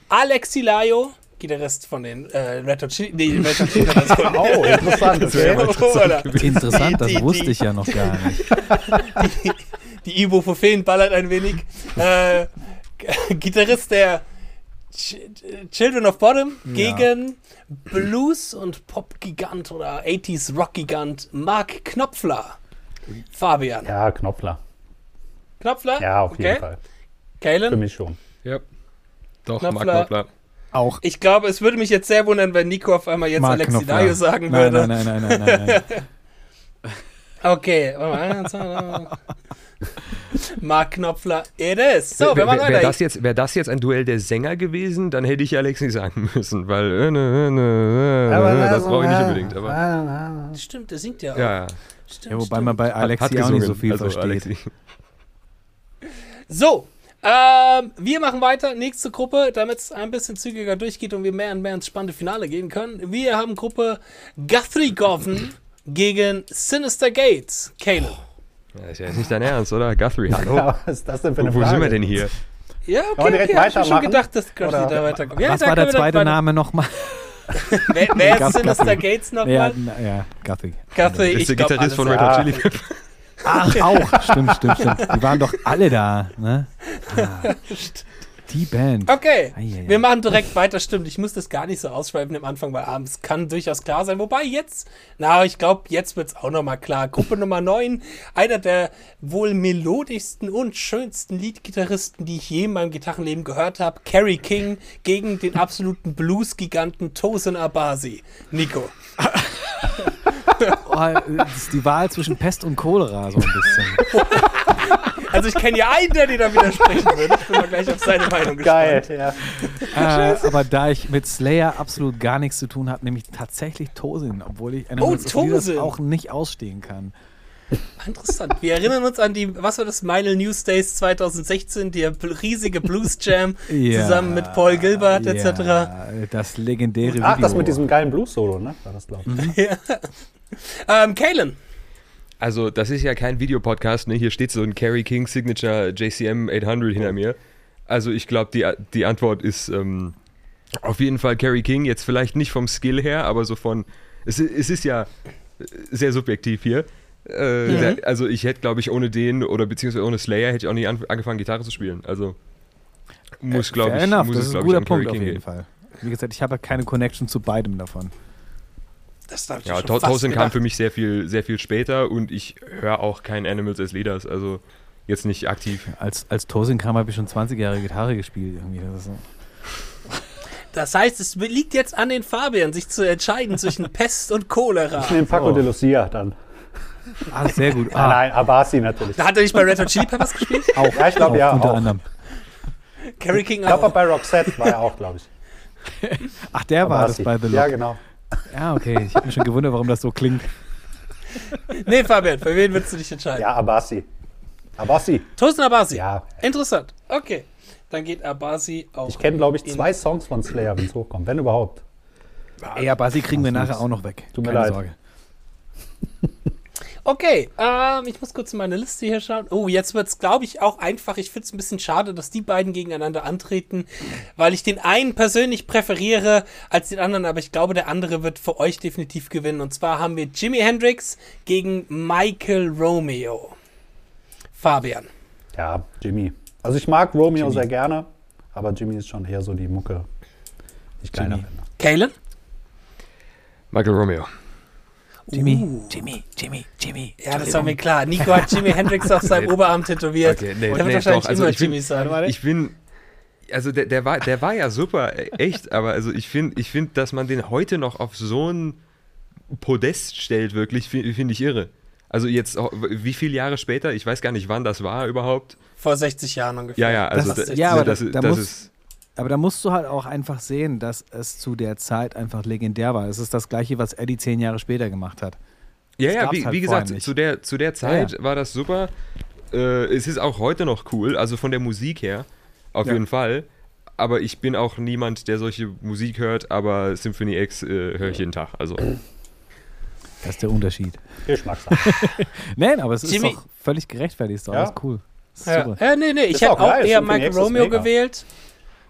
Speaker 1: Alex Hilayo, Gitarrist von den äh, Red Hot Chili, nee, Red Hot Chili Peppers.
Speaker 3: Oh, interessant.
Speaker 4: wär
Speaker 3: Okay.
Speaker 1: Oder Die-
Speaker 2: Interessant, das
Speaker 1: die-
Speaker 2: wusste
Speaker 1: die-
Speaker 2: ich ja noch gar nicht.
Speaker 1: Die Ibuprofen ballert ein wenig. Äh, G- Gitarrist der Ch Children of Bottom gegen Blues- und Pop-Gigant oder 80s-Rock-Gigant Mark Knopfler. Fabian.
Speaker 3: Ja, Knopfler.
Speaker 1: Knopfler?
Speaker 3: Ja, auf
Speaker 1: okay.
Speaker 3: jeden Fall. Für
Speaker 1: Kalen?
Speaker 3: mich schon.
Speaker 4: Ja. Doch,
Speaker 1: Knopfler.
Speaker 4: Mark Knopfler.
Speaker 2: Auch
Speaker 1: Ich glaube, es würde mich jetzt sehr wundern, wenn Nico auf einmal jetzt
Speaker 2: Mark
Speaker 1: Alexidario
Speaker 2: Knopfler.
Speaker 1: sagen
Speaker 2: nein,
Speaker 1: würde.
Speaker 2: Nein, nein, nein, nein, nein, nein.
Speaker 1: Okay. warte mal. Mark Knopfler, it is. So, wir
Speaker 4: Wäre
Speaker 1: machen
Speaker 4: wär, wär
Speaker 1: weiter.
Speaker 4: das, jetzt- wär das jetzt ein Duell der Sänger gewesen, dann hätte ich Alex nicht sagen müssen, weil äh, ne, ne, ne, ne, das brauche ich nicht unbedingt. Aber,
Speaker 1: Stimmt, der singt ja auch.
Speaker 4: ja, ja.
Speaker 1: Stimmt,
Speaker 2: Ja, wobei
Speaker 1: stimmt.
Speaker 2: man bei Alexi auch nicht so viel
Speaker 4: also,
Speaker 2: versteht.
Speaker 4: Alexi.
Speaker 1: So, ähm, wir machen weiter. Nächste Gruppe, damit es ein bisschen zügiger durchgeht und wir mehr und mehr ins spannende Finale gehen können. Wir haben Gruppe Guthrie Govan gegen Sinister Gates. Caleb.
Speaker 4: Ja, ist ja jetzt nicht dein Ernst, oder? Guthrie, hallo.
Speaker 3: Ja, was ist das denn für eine
Speaker 4: Wo
Speaker 3: Frage?
Speaker 4: sind wir denn hier?
Speaker 1: Ja, okay,
Speaker 3: wir direkt
Speaker 1: okay. Ich hab schon
Speaker 3: weitermachen?
Speaker 1: gedacht, dass Guthrie
Speaker 3: Oder-
Speaker 1: da weiterkommt. Ja,
Speaker 2: Was
Speaker 1: da
Speaker 2: war der
Speaker 1: können wir dann
Speaker 2: zweite
Speaker 1: weiter-
Speaker 2: Name nochmal?
Speaker 1: Wer, wer
Speaker 2: Guth-
Speaker 1: ist Sinister
Speaker 2: Guthrie.
Speaker 1: Gates
Speaker 2: Ja,
Speaker 1: nochmal?
Speaker 2: na, ja, Guthrie.
Speaker 1: Guthrie,
Speaker 4: Das
Speaker 1: ich
Speaker 4: ist der
Speaker 1: glaub,
Speaker 4: Gitarrist von
Speaker 1: alles
Speaker 4: Red
Speaker 1: klar.
Speaker 3: Ja.
Speaker 4: Hot Chili Peppers.
Speaker 2: Ach, auch. Stimmt, stimmt, stimmt. Die waren doch alle da, ne? Ah. Die Band.
Speaker 1: Okay,
Speaker 2: Eieiei.
Speaker 1: wir machen direkt weiter, stimmt. Ich muss das gar nicht so ausschreiben am Anfang, weil abends kann durchaus klar sein. Wobei jetzt, na, ich glaube, jetzt wird's auch nochmal klar. Gruppe Nummer 9, einer der wohl melodischsten und schönsten Leadgitarristen, die ich je in meinem Gitarrenleben gehört habe, Kerry King gegen den absoluten Blues-Giganten Tosin Abasi. Nico.
Speaker 2: Oh, das ist die Wahl zwischen Pest und Cholera, so ein bisschen.
Speaker 1: Also ich kenne ja einen, der dir da widersprechen würde. Ich bin mal gleich auf seine Meinung gespannt.
Speaker 3: Geil, ja.
Speaker 2: äh, aber da ich mit Slayer absolut gar nichts zu tun habe, nämlich tatsächlich Tosin, obwohl ich
Speaker 1: Oh,
Speaker 2: Animals of Leaders
Speaker 1: Tosin.
Speaker 2: auch nicht ausstehen kann.
Speaker 1: Interessant. Wir erinnern uns an die, was war das, Meinl News Days 2016, die riesige Blues Jam zusammen mit Paul Gilbert etc.
Speaker 2: etc. Das legendäre Video. Mhm.
Speaker 3: Ach, das mit diesem geilen Blues-Solo, ne? War das, glaube ich.
Speaker 1: Ähm, Kalen,
Speaker 4: Also, das ist ja kein Videopodcast, ne? Hier steht so ein Carrie King Signature JCM 800 hinter mir. Also, ich glaube, die, die Antwort ist ähm, auf jeden Fall Carrie King. Jetzt vielleicht nicht vom Skill her, aber so von. Es, i- es ist ja sehr subjektiv hier. Äh, sehr- Also, ich hätte, glaube ich, ohne den oder beziehungsweise ohne Slayer hätte ich auch nicht an, angefangen, Gitarre zu spielen. Also, muss, glaube
Speaker 2: Äh, Fair
Speaker 4: ich,
Speaker 2: enough,
Speaker 4: muss
Speaker 2: genau, das
Speaker 4: es,
Speaker 2: ist ein
Speaker 4: glaub ich,
Speaker 2: guter
Speaker 4: an Carrie
Speaker 2: Punkt
Speaker 4: King
Speaker 2: auf jeden
Speaker 4: gehen.
Speaker 2: Fall. Wie gesagt, ich habe halt keine Connection zu beidem davon.
Speaker 1: das darf ich
Speaker 4: Ja,
Speaker 1: schon
Speaker 4: Ta-
Speaker 1: fast
Speaker 4: Towson kam
Speaker 1: gedacht.
Speaker 4: für mich sehr viel, sehr viel später und ich höre auch kein Animals as Leaders, also jetzt nicht aktiv.
Speaker 2: Als, als Tosin kam, habe ich schon 20 Jahre Gitarre gespielt. Irgendwie. Das ist so.
Speaker 1: Das heißt, es liegt jetzt an den Fabian, sich zu entscheiden zwischen Pest und Cholera.
Speaker 3: Ich nehme Paco de Lucia dann.
Speaker 2: Ah, sehr gut.
Speaker 3: Ah.
Speaker 2: Oh. Ah,
Speaker 3: Nein, Abasi natürlich.
Speaker 1: Da hat er nicht bei Red Hot Chili Peppers gespielt?
Speaker 2: auch,
Speaker 3: Ja, ich glaube,
Speaker 2: Ah, auch,
Speaker 3: ja,
Speaker 2: unter
Speaker 3: auch.
Speaker 2: anderem.
Speaker 1: Carrie King
Speaker 3: Ich glaube,
Speaker 1: auch.
Speaker 3: bei Roxette war er auch, glaube ich.
Speaker 2: Ach, der war das
Speaker 3: Abasi.
Speaker 2: bei The Look.
Speaker 3: Ja, genau.
Speaker 2: Ja, okay. Ich habe mich schon gewundert, warum das so klingt.
Speaker 1: Nee, Fabian, für wen würdest du dich entscheiden?
Speaker 3: Ja, Abasi. Abasi.
Speaker 1: Tosin Abasi.
Speaker 3: Ja.
Speaker 1: Interessant. Okay. Dann geht Abasi auch.
Speaker 3: Ich kenne, glaube ich, zwei Songs von Slayer, wenn es hochkommt. Wenn überhaupt.
Speaker 2: Ey, aber sie kriegen wir nachher auch noch weg.
Speaker 3: Tut mir
Speaker 2: Keine
Speaker 3: leid.
Speaker 2: Sorge.
Speaker 1: Okay, ähm, ich muss kurz in meine Liste hier schauen. Oh, jetzt wird's, glaube ich, auch einfach. Ich find's ein bisschen schade, dass die beiden gegeneinander antreten, weil ich den einen persönlich präferiere als den anderen, aber ich glaube, der andere wird für euch definitiv gewinnen. Und zwar haben wir Jimi Hendrix gegen Michael Romeo. Fabian.
Speaker 3: Ja, Jimmy. Also ich mag Romeo sehr gerne, aber Jimmy ist schon eher so die Mucke. Ich kleiner
Speaker 2: Jimmy.
Speaker 3: bin.
Speaker 1: Kalen?
Speaker 4: Michael Romeo.
Speaker 2: Jimmy,
Speaker 1: Uh.
Speaker 2: Jimmy, Jimmy, Jimmy.
Speaker 1: Ja, das war mir klar. Nico hat Jimi Hendrix auf seinem Oberarm tätowiert.
Speaker 4: Okay, nee,
Speaker 1: Der wird
Speaker 4: nee,
Speaker 1: wahrscheinlich
Speaker 4: doch, also
Speaker 1: immer
Speaker 4: ich bin-
Speaker 1: Jimmy sein.
Speaker 4: Ich bin, also der, der, war, der war ja super, e- echt, aber also ich finde, ich find, dass man den heute noch auf so ein Podest stellt, wirklich, finde find ich irre. Also jetzt, auch- wie viele Jahre später, ich weiß gar nicht, wann das war überhaupt.
Speaker 1: Vor 60 Jahren ungefähr.
Speaker 4: Ja, ja, also
Speaker 1: Das ist
Speaker 4: da-
Speaker 1: echt-
Speaker 2: Ja, aber
Speaker 4: das,
Speaker 2: da-
Speaker 4: ist-
Speaker 2: da
Speaker 4: das
Speaker 2: muss-
Speaker 4: ist,
Speaker 2: Aber da musst du halt auch einfach sehen, dass es zu der Zeit einfach legendär war. Es ist das gleiche, was Eddie zehn Jahre später gemacht hat.
Speaker 4: Ja,
Speaker 2: Das
Speaker 4: ja,
Speaker 2: gab's
Speaker 4: wie,
Speaker 2: halt
Speaker 4: wie
Speaker 2: vorher
Speaker 4: gesagt,
Speaker 2: nicht.
Speaker 4: zu der, zu der Zeit war das super. Äh, es ist auch heute noch cool, also von der Musik her, auf
Speaker 2: Ja.
Speaker 4: jeden Fall. Aber ich bin auch niemand, der solche Musik hört, aber Symphony X äh, höre ich jeden Tag. Also,
Speaker 2: Das ist der Unterschied.
Speaker 3: Geschmackssache.
Speaker 2: Nein, aber es
Speaker 1: Jimmy-
Speaker 2: ist doch völlig gerechtfertigt. Ist doch
Speaker 3: Ja.
Speaker 2: alles cool. Das ist
Speaker 1: Ja,
Speaker 2: super.
Speaker 1: ja nee, nee, ich
Speaker 3: Ist
Speaker 1: hätte auch,
Speaker 3: auch geil,
Speaker 1: eher
Speaker 3: Symphony
Speaker 1: Michael
Speaker 3: X ist
Speaker 1: Romeo
Speaker 3: mega.
Speaker 1: gewählt.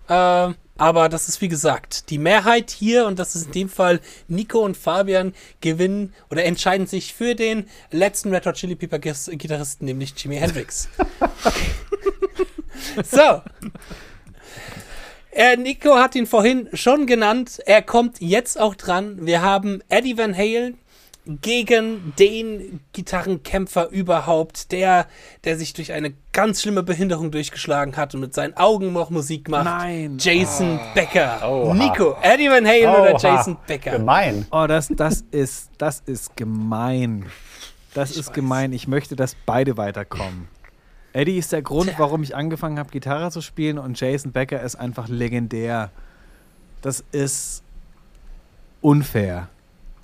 Speaker 1: Ähm, aber das ist wie gesagt, die Mehrheit hier, und das ist in dem Fall Nico und Fabian, gewinnen oder entscheiden sich für den letzten Red Hot Chili Pepper Gis- Gitarristen, nämlich Jimi Hendrix. so. Äh, Nico hat ihn vorhin schon genannt. Er kommt jetzt auch dran. Wir haben Eddie Van Halen gegen den Gitarrenkämpfer überhaupt, der, der sich durch eine ganz schlimme Behinderung durchgeschlagen hat und mit seinen Augen noch Musik macht.
Speaker 2: Nein.
Speaker 1: Jason Becker.
Speaker 3: Ah. Oha.
Speaker 1: Nico, Eddie Van Halen oder
Speaker 3: Oha,
Speaker 1: Jason Becker.
Speaker 3: Gemein.
Speaker 2: Oh, das, das, ist, das ist gemein. Das ist gemein. Ich möchte, dass beide weiterkommen. Eddie ist der Grund, warum ich angefangen habe, Gitarre zu spielen und Jason Becker ist einfach legendär. Das ist unfair.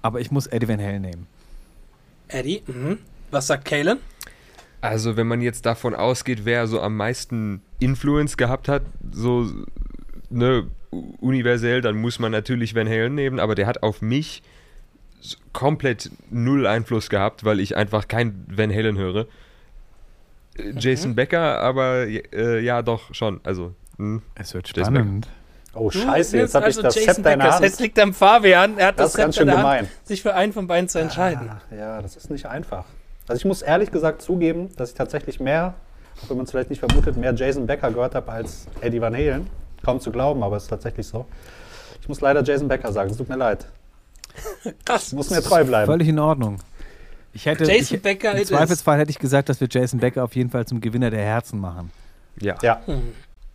Speaker 2: Aber ich muss Eddie Van Halen nehmen.
Speaker 1: Eddie, mhm. was sagt Kalen?
Speaker 4: Also, wenn man jetzt davon ausgeht, wer so am meisten Influence gehabt hat, so ne, universell, dann muss man natürlich Van Halen nehmen, aber der hat auf mich s- komplett null Einfluss gehabt, weil ich einfach kein Van Halen höre. Äh, Jason Becker, aber äh, ja, doch schon. Also, hm.
Speaker 2: Es wird
Speaker 4: Jason
Speaker 2: spannend.
Speaker 3: Oh,
Speaker 1: Du
Speaker 3: scheiße,
Speaker 1: nimmst
Speaker 3: jetzt habe ich
Speaker 1: also
Speaker 3: das
Speaker 1: Jason
Speaker 3: Zepter in der
Speaker 1: Becker.
Speaker 3: Hand.
Speaker 1: Das heißt, liegt am Fabian. Er hat das,
Speaker 3: Das ist ganz
Speaker 1: Zepter in
Speaker 3: schön
Speaker 1: der Hand,
Speaker 3: gemein. Ah.
Speaker 1: sich für einen von beiden zu entscheiden.
Speaker 3: Ja, das ist nicht einfach. Also ich muss ehrlich gesagt zugeben, dass ich tatsächlich mehr, auch wenn man es vielleicht nicht vermutet, mehr Jason Becker gehört habe als Eddie Van Halen. Kaum zu glauben, aber es ist tatsächlich so. Ich muss leider Jason Becker sagen, es tut mir leid.
Speaker 1: Krass.
Speaker 3: Ich muss mir treu bleiben.
Speaker 2: Ähm, Völlig in Ordnung. Ich hätte,
Speaker 1: Jason
Speaker 2: ich,
Speaker 1: Becker
Speaker 2: Im
Speaker 1: it is.
Speaker 2: Zweifelsfall hätte ich gesagt, dass wir Jason Becker auf jeden Fall zum Gewinner der Herzen machen.
Speaker 4: ja.
Speaker 3: Ja,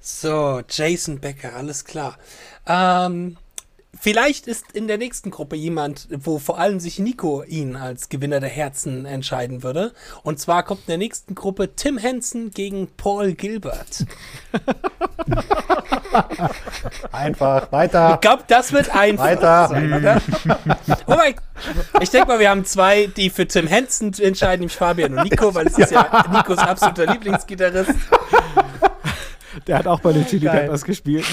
Speaker 1: So, Jason Becker, alles klar. Ähm, vielleicht ist in der nächsten Gruppe jemand, wo vor allem sich Nico ihn als Gewinner der Herzen entscheiden würde. Und zwar kommt in der nächsten Gruppe Tim Henson gegen Paul Gilbert.
Speaker 3: einfach weiter,
Speaker 1: Ich glaube, das wird einfach.
Speaker 3: weiter.
Speaker 1: Oder? Wobei, ich denke mal, wir haben zwei, die für Tim Henson entscheiden, nämlich Fabian und Nico, weil es ist ja Nikos absoluter Lieblingsgitarrist.
Speaker 2: Der hat auch bei den Chili
Speaker 3: Geil.
Speaker 2: Peppers gespielt.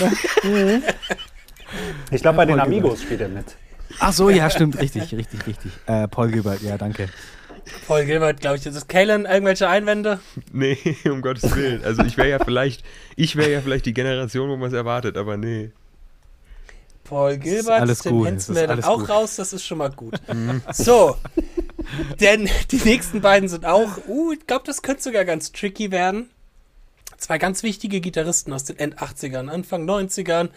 Speaker 2: Ne?
Speaker 3: Ich glaube, bei den
Speaker 2: Voll gut.
Speaker 3: Amigos spielt er mit.
Speaker 2: Ach so, ja, stimmt, richtig, richtig, richtig. Äh, Paul Gilbert, ja, danke.
Speaker 1: Paul Gilbert, glaube ich, ist es. Kalen, irgendwelche Einwände?
Speaker 4: Nee, um Gottes Willen. Also, ich wäre ja vielleicht, ich wäre ja vielleicht die Generation, wo man es erwartet, aber nee.
Speaker 1: Paul Gilbert,
Speaker 2: alles
Speaker 1: Tim
Speaker 2: gut,
Speaker 1: Henson
Speaker 2: es ist
Speaker 1: wäre dann
Speaker 2: alles
Speaker 1: auch
Speaker 2: gut. Mhm.
Speaker 1: raus, das ist schon mal gut. so, denn die nächsten beiden sind auch, uh, ich glaube, das könnte sogar ganz tricky werden. Zwei ganz wichtige Gitarristen aus den End-80ern, Anfang 90ern.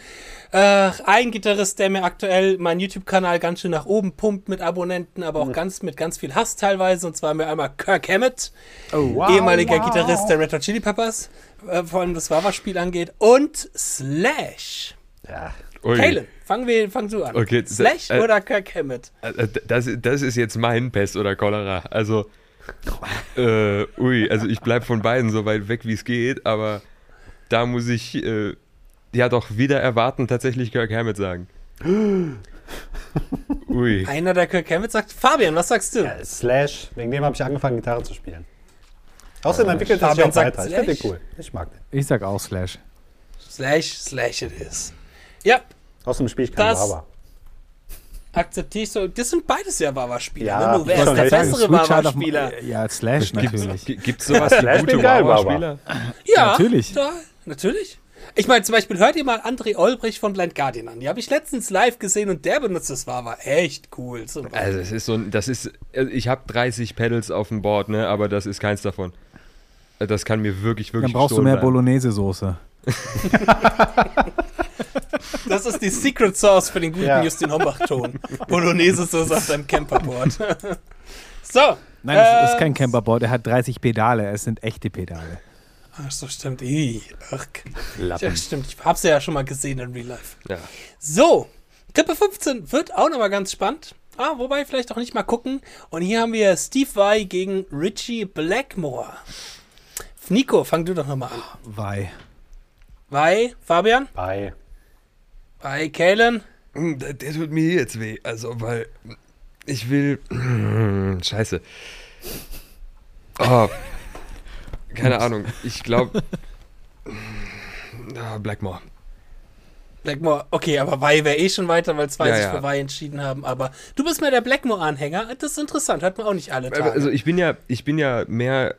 Speaker 1: Äh, ein Gitarrist, der mir aktuell meinen YouTube-Kanal ganz schön nach oben pumpt mit Abonnenten, aber auch ganz mit ganz viel Hass teilweise. Und zwar haben wir einmal Kirk Hammett, Oh, ehemaliger Gitarrist der Red Hot Chili Peppers, äh, vor allem das Wawa-Spiel angeht, und Slash.
Speaker 3: Ja.
Speaker 4: Ui.
Speaker 1: Kalen, fangen wir, fang du an.
Speaker 4: Okay,
Speaker 1: Slash
Speaker 4: äh,
Speaker 1: oder Kirk Hammett?
Speaker 4: Also, Das, das ist jetzt mein Pest oder Cholera. Also, äh, ui, also ich bleibe von beiden so weit weg, wie es geht, aber da muss ich äh, ja doch wieder erwarten, tatsächlich Kirk Hammett sagen. Ui.
Speaker 1: Einer der Kirk Hammett sagt, Fabian, was sagst du?
Speaker 3: Slash, wegen dem habe ich angefangen, Gitarre zu spielen. Außerdem entwickelt er sich
Speaker 1: Fabian
Speaker 3: auch
Speaker 1: sagt
Speaker 3: weiter. Ich finde den
Speaker 1: Slash.
Speaker 3: cool. Ich mag den.
Speaker 2: Ich sag auch Slash.
Speaker 1: Slash, Slash it is. Ja,
Speaker 3: Außerdem spiele ich kein
Speaker 1: Das-
Speaker 3: Wawa.
Speaker 1: akzeptiere ich so. Das sind beides ja Wawa-Spieler.
Speaker 3: Ja,
Speaker 1: ne? Nur wer
Speaker 3: schon
Speaker 1: ist der
Speaker 3: richtig.
Speaker 1: bessere
Speaker 2: Sweet Child of-
Speaker 1: Wawa-Spieler?
Speaker 2: Äh, Ja, Slash natürlich.
Speaker 4: Gibt es sowas wie
Speaker 3: Slash
Speaker 4: gute
Speaker 3: bin geil, Baba.
Speaker 4: Spieler?
Speaker 1: Ja,
Speaker 2: Natürlich.
Speaker 1: Da, natürlich. Ich meine, zum Beispiel hört ihr mal André Olbrich von Blind Guardian an. Die habe ich letztens live gesehen und der benutzt das Wawa. Echt cool. Zum Beispiel.
Speaker 4: Also es ist so ein, das ist, also ich habe 30 Pedals auf dem Board, ne, aber das ist keins davon. Äh, Das kann mir wirklich, wirklich
Speaker 2: Dann brauchst du
Speaker 4: gestohlen
Speaker 2: mehr
Speaker 4: bleiben.
Speaker 2: Bolognese-Soße.
Speaker 1: Das ist die Secret Sauce für den guten
Speaker 3: Ja.
Speaker 1: Justin Hombach-Ton. Bolognese-Soße auf seinem Camperboard. so.
Speaker 2: Nein, es
Speaker 1: äh,
Speaker 2: ist kein Camperboard, er hat 30 Pedale, es sind echte Pedale.
Speaker 1: Ach so, stimmt. Ih, irk.
Speaker 4: Lappen.
Speaker 1: Ja, stimmt. Ich hab's ja schon mal gesehen in Real Life.
Speaker 4: Ja.
Speaker 1: So, Grippe 15 wird auch nochmal ganz spannend. Ah, wobei, vielleicht auch nicht mal gucken. Und hier haben wir Steve Vai gegen Richie Blackmore. Nico, fang du doch nochmal an.
Speaker 2: Wei.
Speaker 1: Vai, Fabian,
Speaker 3: Bye.
Speaker 1: Vai, Kalen.
Speaker 4: Mm, Der, der tut mir jetzt weh. Also, weil ich will. Scheiße. Oh, keine Ahnung. Ich glaube. Ah, Blackmore.
Speaker 1: Blackmore, okay, aber Vai wäre eh schon weiter, weil zwei
Speaker 4: Ja,
Speaker 1: sich
Speaker 4: ja.
Speaker 1: für Vai entschieden haben. Aber du bist mehr der Blackmore-Anhänger. Das ist interessant, hört man auch nicht alle Tage.
Speaker 4: Also, ich bin ja, ich bin ja mehr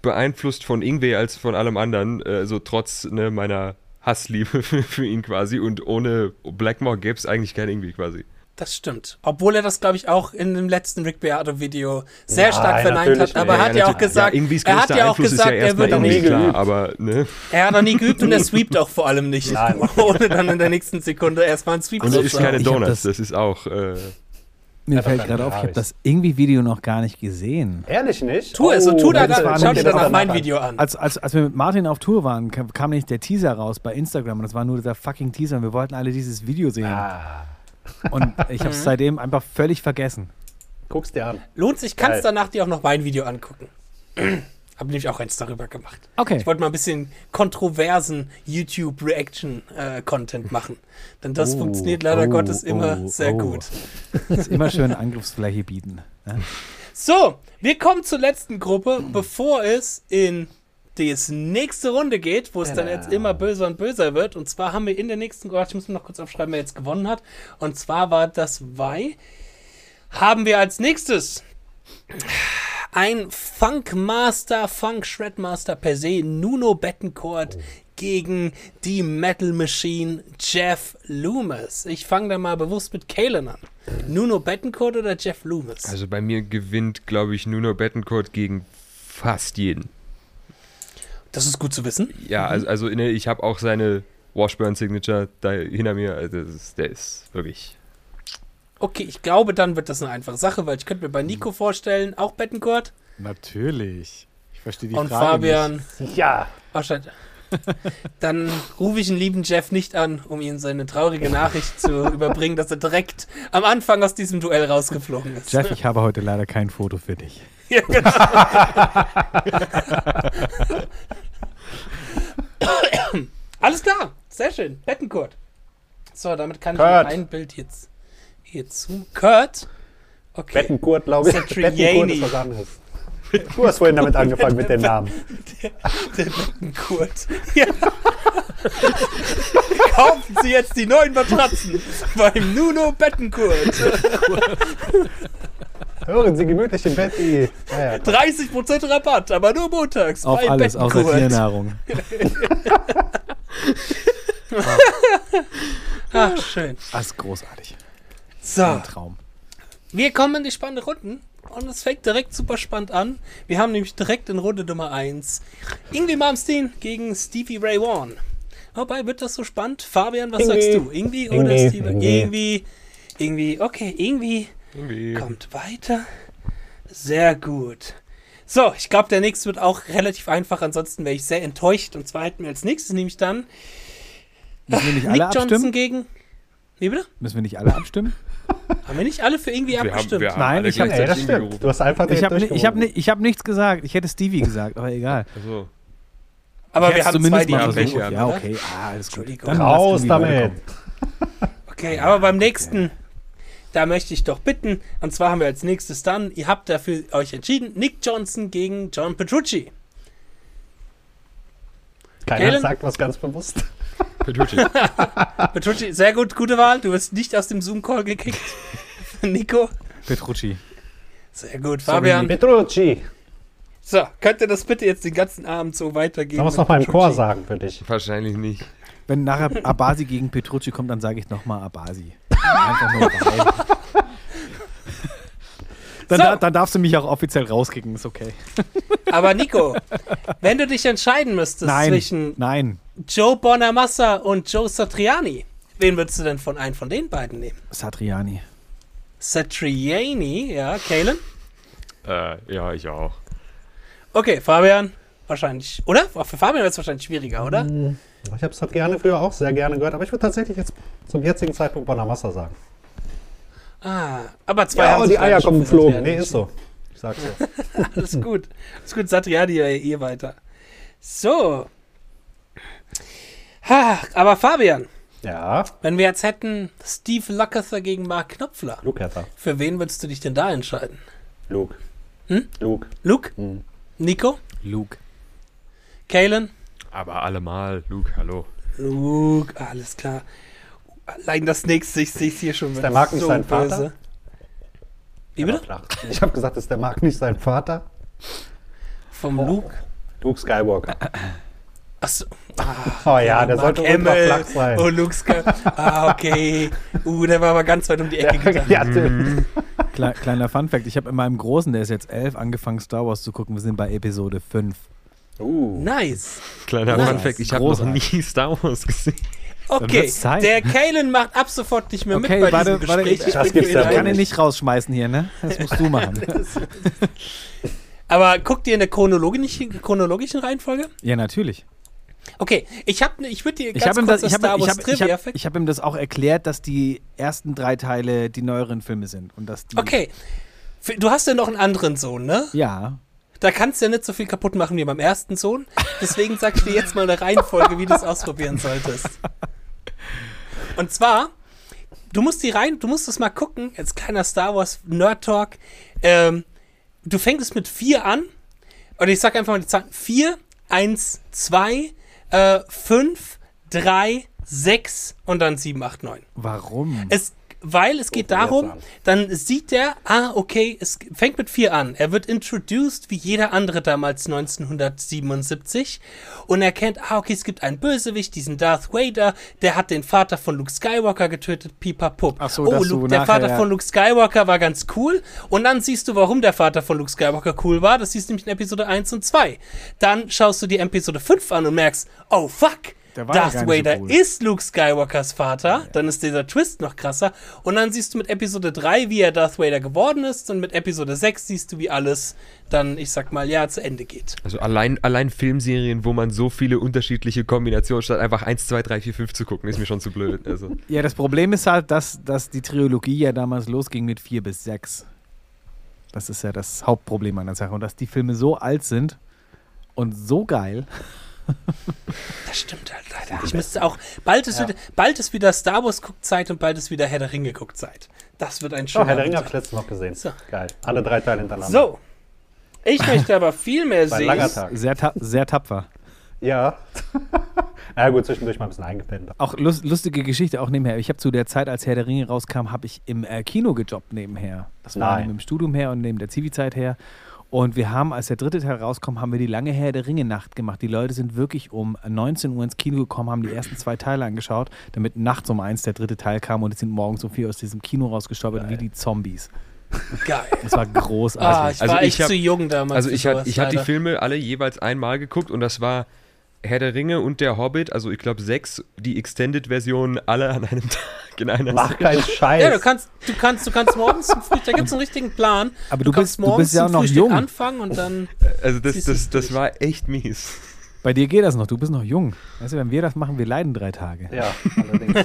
Speaker 4: beeinflusst von Ingwe als von allem anderen. äh, Also, trotz ne, meiner Hassliebe für, für ihn quasi. Und ohne Blackmore gäbe es eigentlich kein Ingwe quasi.
Speaker 1: Das stimmt. Obwohl er das, glaube ich, sehr stark verneint hat, aber hat ja auch in dem letzten Rick Beato-Video sehr stark verneint
Speaker 3: natürlich
Speaker 1: hat. Aber
Speaker 3: nicht.
Speaker 1: er hat ja auch gesagt,
Speaker 4: Ingwes
Speaker 1: er hat
Speaker 4: größter
Speaker 1: ja auch
Speaker 4: Einfluss
Speaker 1: gesagt,
Speaker 4: ist ja
Speaker 1: er
Speaker 4: erstmal
Speaker 1: wird auch
Speaker 4: Ingwe,
Speaker 1: nie,
Speaker 3: nie
Speaker 4: klar.
Speaker 3: geübt.
Speaker 4: Aber, ne?
Speaker 1: er hat noch nie geübt und er sweept auch vor allem nicht.
Speaker 3: Nein.
Speaker 1: Ohne dann in der nächsten Sekunde erstmal einen Sweep
Speaker 4: Und
Speaker 1: zu
Speaker 4: es ist
Speaker 1: sagen.
Speaker 4: keine
Speaker 2: ich hab
Speaker 4: Donuts.
Speaker 2: das-
Speaker 4: Das ist auch. Äh,
Speaker 2: Mir
Speaker 3: Ja,
Speaker 2: fällt
Speaker 3: das
Speaker 2: gerade auf, ich
Speaker 3: war
Speaker 2: habe
Speaker 3: Ferraris.
Speaker 2: das Indie-Video noch gar nicht gesehen.
Speaker 3: Ehrlich nicht? Oh,
Speaker 1: Tu es und tu da
Speaker 2: das war
Speaker 1: dann,
Speaker 2: nicht
Speaker 1: schau dir
Speaker 2: das
Speaker 1: danach mein
Speaker 3: danach.
Speaker 1: Video an.
Speaker 2: Als, als, als wir mit Martin auf Tour waren, kam, kam nicht der Teaser raus bei Instagram und das war nur dieser fucking Teaser und wir wollten alle dieses Video sehen.
Speaker 3: Ah,
Speaker 2: Und ich habe es seitdem einfach völlig vergessen.
Speaker 3: guck's dir an.
Speaker 1: Lohnt sich, kannst
Speaker 3: Geil.
Speaker 1: danach dir auch noch mein Video angucken. Hab nämlich auch eins darüber gemacht.
Speaker 2: Okay.
Speaker 1: Ich wollte mal ein bisschen kontroversen YouTube-Reaction-Content machen. Denn das
Speaker 3: Oh,
Speaker 1: funktioniert leider
Speaker 2: oh,
Speaker 1: Gottes immer
Speaker 2: oh,
Speaker 1: sehr
Speaker 2: oh.
Speaker 1: gut.
Speaker 2: Jetzt immer schön Angriffsfläche bieten. Ne?
Speaker 1: So, wir kommen zur letzten Gruppe, bevor es in die nächste Runde geht, wo es dann jetzt immer böser und böser wird. Und zwar haben wir in der nächsten Gruppe, ich muss mir noch kurz aufschreiben, wer jetzt gewonnen hat. Und zwar war das Wei. Haben wir als nächstes ein Funkmaster, Funk Shredmaster per se, Nuno Bettencourt gegen die Metal Machine Jeff Loomis. Ich fange da mal bewusst mit Kalen an. Nuno Bettencourt oder Jeff Loomis?
Speaker 4: Also bei mir gewinnt, glaube ich, Nuno Bettencourt gegen fast jeden.
Speaker 1: Das ist gut zu wissen.
Speaker 4: Ja, also, also ne, ich habe auch seine Washburn Signature da hinter mir. Also das ist, der ist wirklich.
Speaker 1: Okay, ich glaube, dann wird das eine einfache Sache, weil ich könnte mir bei Nico vorstellen, auch Bettencourt
Speaker 5: Natürlich. Ich verstehe die
Speaker 1: und
Speaker 5: Frage
Speaker 1: Fabian
Speaker 5: nicht.
Speaker 3: Ja,
Speaker 1: wahrscheinlich. Dann rufe ich den lieben Jeff nicht an, um ihm seine traurige Nachricht zu überbringen, dass er direkt am Anfang aus diesem Duell rausgeflogen ist.
Speaker 2: Jeff, ich habe heute leider kein Foto für dich.
Speaker 1: Ja, genau. Alles klar, sehr schön. Bettencourt. So, damit kann ich
Speaker 3: Kurt.
Speaker 1: mir ein Bild jetzt hier zu. Kurt. Okay.
Speaker 3: Bettenkurt, glaube ich.
Speaker 1: Satriani.
Speaker 3: Bettenkurt ist was anderes. Du hast vorhin damit angefangen mit dem Namen.
Speaker 1: Der Bettenkurt. Ja. Kaufen Sie jetzt die neuen Matratzen beim Nuno Bettenkurt.
Speaker 3: Hören Sie gemütlich im Bett. die- Ja, ja.
Speaker 1: 30% Rabatt, aber nur montags
Speaker 2: Auf
Speaker 1: bei
Speaker 2: alles, außer
Speaker 1: Bettenkurt.
Speaker 2: Tiernahrung.
Speaker 1: Ach, schön.
Speaker 2: Das ist großartig.
Speaker 1: So,
Speaker 2: Ein Traum.
Speaker 1: wir kommen in die spannende Runden. Und es fängt direkt super spannend an. Wir haben nämlich direkt in Runde Nummer 1 Ingwie Malmsteen gegen Stevie Ray Vaughan. Wobei, wird das so spannend? Fabian, was
Speaker 3: Ingwie.
Speaker 1: sagst du? Ingwie oder
Speaker 3: Ingwie,
Speaker 1: Stevie?
Speaker 3: Ingwie.
Speaker 1: Irgendwie, irgendwie, okay, irgendwie. Kommt weiter. Sehr gut. So, ich glaube, der nächste wird auch relativ einfach. Ansonsten wäre ich sehr enttäuscht. Und zwar hätten wir als nächstes nämlich dann
Speaker 2: Müssen wir nicht
Speaker 1: Nick
Speaker 2: alle
Speaker 1: Johnson
Speaker 2: abstimmen?
Speaker 1: gegen. Wie bitte?
Speaker 2: Müssen wir nicht alle abstimmen?
Speaker 1: Haben wir nicht alle für irgendwie
Speaker 4: Wir haben,
Speaker 1: abgestimmt?
Speaker 4: wir haben
Speaker 2: Nein,
Speaker 4: alle
Speaker 2: ich hab-
Speaker 3: Ey,
Speaker 4: gleichzeitig
Speaker 3: das
Speaker 4: hingerufen.
Speaker 3: stimmt. Du hast einfach
Speaker 2: Ich habe
Speaker 3: direkt
Speaker 2: ich hab,
Speaker 3: durchgerufen.
Speaker 2: ni- ich hab nichts gesagt. Ich hätte Stevie gesagt, aber egal.
Speaker 4: Also,
Speaker 1: Aber
Speaker 2: Ich
Speaker 1: wir
Speaker 2: hätt's
Speaker 1: haben zwei,
Speaker 2: zumindest
Speaker 1: die
Speaker 2: mal
Speaker 4: haben
Speaker 1: haben
Speaker 4: Pech
Speaker 2: versucht.
Speaker 4: gehabt,
Speaker 2: Ja,
Speaker 1: oder?
Speaker 2: okay. Ah, alles gut.
Speaker 1: Entschuldigung.
Speaker 2: Dann lass
Speaker 3: Raus
Speaker 2: Stevie
Speaker 3: damit.
Speaker 2: weiterkommen.
Speaker 1: Okay, aber beim nächsten, da möchte ich doch bitten. Und zwar haben wir als nächstes dann, ihr habt dafür euch entschieden, Nick Johnson gegen John Petrucci.
Speaker 3: Keiner
Speaker 1: Galen?
Speaker 3: sagt was ganz bewusst.
Speaker 4: Petrucci.
Speaker 1: Petrucci, sehr gut, gute Wahl. Du wirst nicht aus dem Zoom-Call gekickt. Nico.
Speaker 2: Petrucci.
Speaker 1: Sehr gut,
Speaker 4: Sorry,
Speaker 1: Fabian.
Speaker 3: Petrucci.
Speaker 1: So, könnt ihr das bitte jetzt den ganzen Abend so weitergeben?
Speaker 3: Man muss noch mal im Chor sagen für dich.
Speaker 4: Wahrscheinlich nicht.
Speaker 2: Wenn nachher Abasi gegen Petrucci kommt, dann sage ich nochmal Abasi. Einfach nur weil. Dann,
Speaker 1: So.
Speaker 2: da, dann darfst du mich auch offiziell rauskicken, ist okay.
Speaker 1: Aber Nico, wenn du dich entscheiden müsstest
Speaker 2: Nein,
Speaker 1: zwischen
Speaker 2: nein.
Speaker 1: Joe Bonamassa und Joe Satriani, wen würdest du denn von einem von den beiden nehmen?
Speaker 2: Satriani.
Speaker 1: Satriani, ja, Kalen?
Speaker 4: Äh, ja, ich auch.
Speaker 1: Okay, Fabian, wahrscheinlich, oder? Auch für Fabian wird es wahrscheinlich schwieriger, oder?
Speaker 3: Mm. Ich habe es gerne früher auch sehr gerne gehört, aber ich würde tatsächlich jetzt zum jetzigen Zeitpunkt Bonamassa sagen.
Speaker 1: Ah, aber zwei
Speaker 3: Ja,
Speaker 1: haben
Speaker 3: und
Speaker 2: also
Speaker 1: sich
Speaker 3: die Eier
Speaker 1: eigentlich schon
Speaker 3: kommen
Speaker 1: für
Speaker 3: geflogen.
Speaker 1: Satriani
Speaker 3: Nee, ist so. Ich sag's so.
Speaker 1: Alles gut. Alles gut, Satriani ja eh weiter. So. Ha, aber Fabian,
Speaker 3: Ja,
Speaker 1: wenn wir jetzt hätten Steve Lukather gegen Mark Knopfler,
Speaker 3: Luke hat er.
Speaker 1: für wen würdest du dich denn da entscheiden?
Speaker 3: Luke.
Speaker 1: Hm?
Speaker 3: Luke.
Speaker 1: Luke?
Speaker 3: Hm.
Speaker 1: Nico?
Speaker 2: Luke.
Speaker 1: Kalen?
Speaker 4: Aber allemal, Luke, hallo.
Speaker 1: Luke, alles klar. Allein das nächste, ich sehe es hier schon.
Speaker 3: der Mark nicht sein Vater?
Speaker 1: Wie
Speaker 3: Ja,
Speaker 1: bitte?
Speaker 3: klar. Ich habe gesagt, ist der Mark nicht sein Vater?
Speaker 1: Vom Luke?
Speaker 3: Luke Skywalker.
Speaker 1: Achso. Ah,
Speaker 3: Oh ja, der sollte ultra flach sein.
Speaker 1: Oh, Luke Skywalker. Ah, okay. Uh, der war aber ganz weit um die Ecke gegangen.
Speaker 3: ja, der-
Speaker 2: Kle kleiner Funfact, ich habe in meinem Großen, der ist jetzt elf, angefangen Star Wars zu gucken. Wir sind bei Episode 5.
Speaker 3: uh.
Speaker 1: Nice.
Speaker 4: Kleiner
Speaker 1: Nice.
Speaker 4: Funfact, ich habe noch nie
Speaker 2: Großartig.
Speaker 4: Star Wars gesehen.
Speaker 1: Okay,
Speaker 2: wird's Zeit.
Speaker 1: der Kalen macht ab sofort nicht mehr
Speaker 2: Okay,
Speaker 1: mit bei
Speaker 2: warte,
Speaker 1: diesem
Speaker 2: warte,
Speaker 1: Gespräch.
Speaker 2: ich-
Speaker 1: Ich
Speaker 3: das
Speaker 1: bin
Speaker 3: gibt's ja
Speaker 1: wieder
Speaker 3: wohl
Speaker 2: Kann
Speaker 1: weg.
Speaker 2: ihn nicht rausschmeißen hier, ne? Das musst du machen.
Speaker 1: Aber guckt ihr in der chronologischen, chronologischen Reihenfolge?
Speaker 2: ja, natürlich.
Speaker 1: Okay, ich habe, ich würde dir
Speaker 2: Ich
Speaker 1: ganz
Speaker 2: habe ihm,
Speaker 1: kurz
Speaker 2: das-
Speaker 1: das
Speaker 2: ich hab,
Speaker 1: Star
Speaker 2: ich
Speaker 1: Wars
Speaker 2: hab, ich
Speaker 1: Trivia
Speaker 2: hab, ich hab ihm das auch erklärt, dass die ersten drei Teile die neueren Filme sind. Und dass die,
Speaker 1: Okay, F- du hast ja noch einen anderen Sohn, ne?
Speaker 2: Ja.
Speaker 1: Da kannst du ja nicht so viel kaputt machen wie beim ersten Sohn. Deswegen sag ich dir jetzt mal eine Reihenfolge, wie du es ausprobieren solltest. Und zwar, du musst die rein, du musst es mal gucken, als kleiner Star Wars Nerd Talk. Ähm, du fängst mit 4 an. Und ich sag einfach mal die Zahlen: 4, 1, 2, äh, 5, 3, 6 und dann 7, 8, 9.
Speaker 2: Warum?
Speaker 1: Es, weil es geht darum, dann sieht er, ah, okay, es fängt mit 4 an. Er wird introduced wie jeder andere damals 1977 und erkennt, ah, okay, es gibt einen Bösewicht, diesen Darth Vader, der hat den Vater von Luke Skywalker getötet, pipapup.
Speaker 2: Ach so,
Speaker 1: oh,
Speaker 2: dass
Speaker 1: Luke,
Speaker 2: du
Speaker 1: der
Speaker 2: nachher-
Speaker 1: Vater von Luke Skywalker war ganz cool und dann siehst du, warum der Vater von Luke Skywalker cool war. Das siehst du nämlich in Episode 1 und 2. Dann schaust du die Episode 5 an und merkst, oh, fuck.
Speaker 2: Der war ja
Speaker 1: Darth
Speaker 2: gar nicht so
Speaker 1: Vader
Speaker 2: cool.
Speaker 1: ist ist Luke Skywalkers Vater, dann ist dieser Twist noch krasser. Und dann siehst du mit Episode 3, wie er Darth Vader geworden ist. Und mit Episode 6 siehst du, wie alles dann, ich sag mal, ja, zu Ende geht.
Speaker 4: Also allein, allein Filmserien, wo man so viele unterschiedliche Kombinationen statt einfach 1, 2, 3, 4, 5 zu gucken, ist mir schon zu blöd. Also,
Speaker 2: Ja, das Problem ist halt, dass, dass die Trilogie ja damals losging mit 4 bis 6. Das ist ja das Hauptproblem an der Sache. Und dass die Filme so alt sind und so geil.
Speaker 1: Das stimmt halt leider. Ich müsste auch, bald ist, wieder, bald ist wieder Star Wars guckt Zeit und bald ist wieder Herr der Ringe guckt Zeit. Das wird ein
Speaker 3: Oh,
Speaker 1: schöner
Speaker 3: Herr der Ringe
Speaker 1: Abend.
Speaker 3: habe ich letztens noch gesehen.
Speaker 1: So.
Speaker 3: Geil. Alle drei Teile hintereinander.
Speaker 1: So. Ich möchte aber viel mehr
Speaker 3: War ein langer
Speaker 1: sehen.
Speaker 3: Tag.
Speaker 2: Sehr, ta sehr tapfer.
Speaker 3: Ja. Na gut, zwischendurch mal ein bisschen eingepennt.
Speaker 2: Auch lus lustige Geschichte auch nebenher. Ich habe zu der Zeit, als Herr der Ringe rauskam, habe ich im äh, Kino gejobbt nebenher. Das war
Speaker 3: Nein.
Speaker 2: neben dem Studium her und neben der Zivi-Zeit her. Und wir haben, als der dritte Teil rauskam, haben wir die lange Herr der Ringe-Nacht gemacht. Die Leute sind wirklich um 19 Uhr ins Kino gekommen, haben die ersten zwei Teile angeschaut, damit nachts um eins der dritte Teil kam und es sind morgens um vier aus diesem Kino rausgestolpert wie die Zombies.
Speaker 1: Geil.
Speaker 2: Das war
Speaker 1: Ah, ich
Speaker 2: großartig.
Speaker 4: Also
Speaker 1: war
Speaker 4: ich
Speaker 1: echt
Speaker 4: hab-
Speaker 1: zu jung damals.
Speaker 4: also
Speaker 1: für
Speaker 4: ich, hat,
Speaker 1: sowas,
Speaker 4: ich hatte die
Speaker 1: leider.
Speaker 4: Filme alle jeweils einmal geguckt und das war Herr der Ringe und der Hobbit, also ich glaube sechs, die Extended-Version alle an einem Tag in einer
Speaker 3: Mach
Speaker 4: Serie.
Speaker 3: keinen Scheiß.
Speaker 1: Ja, du kannst, du kannst, du kannst morgens zum Frühstück, da gibt's einen richtigen Plan.
Speaker 2: Aber du
Speaker 1: kannst
Speaker 2: bist- du bist ja
Speaker 1: zum
Speaker 2: auch noch
Speaker 1: Frühstück
Speaker 2: jung.
Speaker 1: anfangen und dann.
Speaker 4: Also das,
Speaker 1: Siehst du
Speaker 4: das, das
Speaker 1: durch.
Speaker 4: war echt mies.
Speaker 2: Also, Bei dir geht das noch, du bist noch jung. Weißt du, wenn wir das machen, wir leiden drei Tage.
Speaker 3: Ja, allerdings.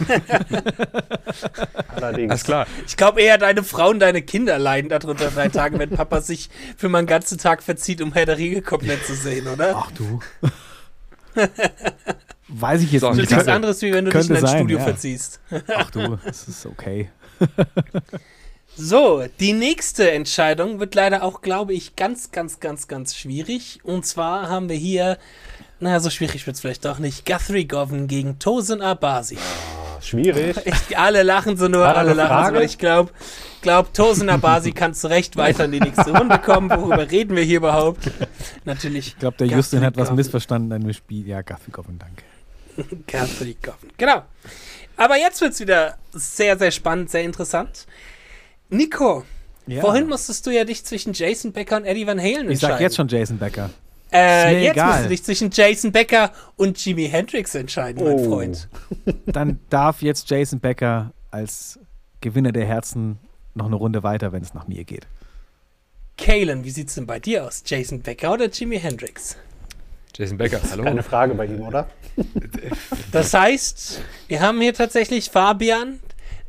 Speaker 3: allerdings.
Speaker 4: Alles
Speaker 1: Also-
Speaker 4: klar.
Speaker 1: Ich glaube eher, deine Frauen, deine Kinder leiden darunter drei Tage, wenn Papa sich für mal einen ganzen Tag verzieht, um Herr der Ringe komplett zu sehen, oder?
Speaker 2: Ach du. Weiß ich jetzt
Speaker 4: So,
Speaker 1: Das
Speaker 2: nicht.
Speaker 1: ist nichts anderes, wie wenn du dich in
Speaker 2: könnte
Speaker 1: dein
Speaker 2: sein,
Speaker 1: Studio
Speaker 2: ja.
Speaker 1: verziehst.
Speaker 2: Ach du, das ist okay.
Speaker 1: So, die nächste Entscheidung wird leider auch, glaube ich, ganz, ganz, ganz, ganz schwierig. Und zwar haben wir hier, naja, so schwierig wird's vielleicht doch nicht, Guthrie Govan gegen Tosin Abasi.
Speaker 3: Schwierig.
Speaker 1: Ich, alle lachen so nur,
Speaker 3: War da
Speaker 1: alle
Speaker 3: eine
Speaker 1: lachen so
Speaker 3: Frage?
Speaker 1: nur. Ich glaube, glaub, Tosin Abasi kann zu Recht weiter in die nächste Runde kommen. Worüber reden wir hier überhaupt? Natürlich.
Speaker 2: Ich glaube, der Justin hat was
Speaker 1: missverstanden.
Speaker 2: missverstanden an dem Spiel. Ja, Gaffikoffen, danke.
Speaker 1: Catholic Coven. Genau. Aber jetzt wird's wieder sehr, sehr spannend, sehr interessant. Nico, vorhin musstest du ja dich zwischen Jason Becker und Eddie Van Halen entscheiden.
Speaker 2: ich sag jetzt schon Jason Becker.
Speaker 1: Äh,
Speaker 2: ist mir
Speaker 1: jetzt
Speaker 2: egal.
Speaker 1: musst du dich zwischen Jason Becker und Jimi Hendrix entscheiden, mein
Speaker 3: Oh.
Speaker 1: Freund.
Speaker 2: Dann darf jetzt Jason Becker als Gewinner der Herzen noch eine Runde weiter, wenn es nach mir geht.
Speaker 1: Kalen, wie sieht's denn bei dir aus? Jason Becker oder Jimi Hendrix?
Speaker 4: Jason Becker, hallo.
Speaker 3: Keine Frage bei ihm, oder?
Speaker 1: Das heißt, wir haben hier tatsächlich Fabian,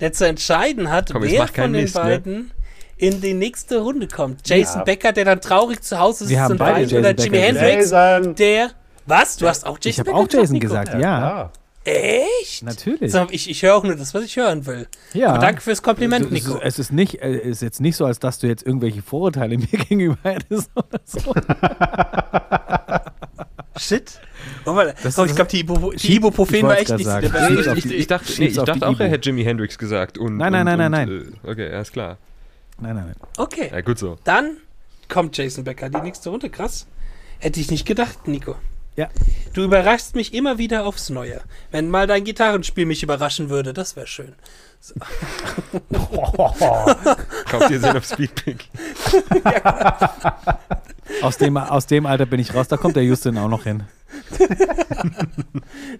Speaker 1: der zu entscheiden hat,
Speaker 4: Komm, jetzt
Speaker 1: wer
Speaker 4: mach keinen
Speaker 1: von den
Speaker 4: Mist, ne?
Speaker 1: beiden in die nächste Runde kommt. Jason
Speaker 3: Ja.
Speaker 1: Becker, der dann traurig zu Hause sitzt
Speaker 2: Wir haben
Speaker 1: und
Speaker 2: beide
Speaker 1: weint,
Speaker 2: Jason
Speaker 1: oder
Speaker 2: Becker
Speaker 1: Jimi
Speaker 2: gesagt.
Speaker 1: Hendrix,
Speaker 3: Jason.
Speaker 1: der. Was? Du hast auch Jason
Speaker 2: ich habe
Speaker 1: Becker
Speaker 2: auch
Speaker 1: gesagt,
Speaker 2: Jason
Speaker 1: Nico?
Speaker 2: gesagt, ja.
Speaker 3: Ah,
Speaker 1: Echt?
Speaker 2: Natürlich.
Speaker 1: So, ich ich höre auch nur das, was ich hören will.
Speaker 2: Ja.
Speaker 1: Aber danke fürs Kompliment,
Speaker 2: Es ist,
Speaker 1: Nico.
Speaker 2: es ist nicht, äh, ist jetzt nicht so, als dass du jetzt irgendwelche Vorurteile mir gegenüber hättest oder so.
Speaker 1: Shit. Oh, warte.
Speaker 2: Das-
Speaker 1: Komm, ich
Speaker 2: das-
Speaker 1: glaube, die, Ibupo
Speaker 2: Schieb-
Speaker 1: die Ibuprofen
Speaker 2: ich
Speaker 1: war
Speaker 2: wollt's
Speaker 1: echt
Speaker 2: grad
Speaker 1: nicht
Speaker 2: sagen.
Speaker 1: der
Speaker 2: Schieb's
Speaker 1: beste.
Speaker 4: Ich,
Speaker 2: auf
Speaker 4: ich,
Speaker 2: die-
Speaker 4: ich dachte, nee,
Speaker 2: schieb's
Speaker 4: ich
Speaker 2: auf die
Speaker 4: dachte auch, er
Speaker 2: Ibu.
Speaker 4: hätte Jimi Hendrix gesagt. Und,
Speaker 2: Nein, nein,
Speaker 4: und,
Speaker 2: nein, nein,
Speaker 4: und, Äh, okay, alles klar.
Speaker 2: Nein, nein, nein.
Speaker 1: Okay.
Speaker 4: Ja, gut so.
Speaker 1: Dann kommt Jason Becker die nächste Runde. Krass. Hätte ich nicht gedacht, Nico.
Speaker 2: Ja.
Speaker 1: Du überraschst mich immer wieder aufs Neue. Wenn mal dein Gitarrenspiel mich überraschen würde, das wäre schön.
Speaker 4: Kauft ihr Sinn auf Speedpick?
Speaker 2: Aus dem, aus dem Alter bin ich raus, da kommt der Justin auch noch hin.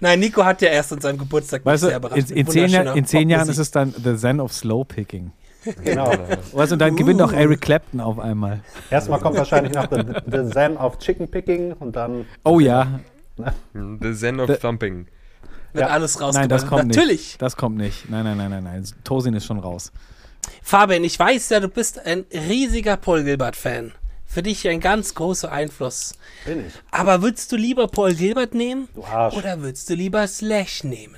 Speaker 1: Nein, Nico hat ja erst an seinem Geburtstag
Speaker 2: Weißt du,
Speaker 1: mich sehr
Speaker 2: in,
Speaker 1: überrascht.
Speaker 2: in,
Speaker 1: mit
Speaker 2: zehn, Jahr,
Speaker 1: wunderschöner
Speaker 2: in zehn Jahren ist
Speaker 1: Popmusik.
Speaker 2: es dann The Zen of Slow Picking.
Speaker 3: Genau.
Speaker 2: Weißt du, und dann gewinnt auch Eric Clapton auf einmal.
Speaker 3: Erstmal kommt wahrscheinlich noch The, the Zen of Chicken Picking und dann
Speaker 2: Oh ja,
Speaker 4: The Zen of
Speaker 2: The-
Speaker 4: Thumping.
Speaker 1: wird
Speaker 3: ja.
Speaker 1: alles raus.
Speaker 2: nein, das kommt nicht.
Speaker 1: Natürlich.
Speaker 2: Das kommt nicht. Nein, nein, nein, nein, nein. Tosin ist schon raus.
Speaker 1: Fabian, ich weiß ja, du bist ein riesiger Paul Gilbert-Fan. Für dich ein ganz großer Einfluss.
Speaker 3: bin ich.
Speaker 1: Aber würdest du lieber Paul Gilbert nehmen
Speaker 3: Du Arsch.
Speaker 1: oder würdest du lieber Slash nehmen?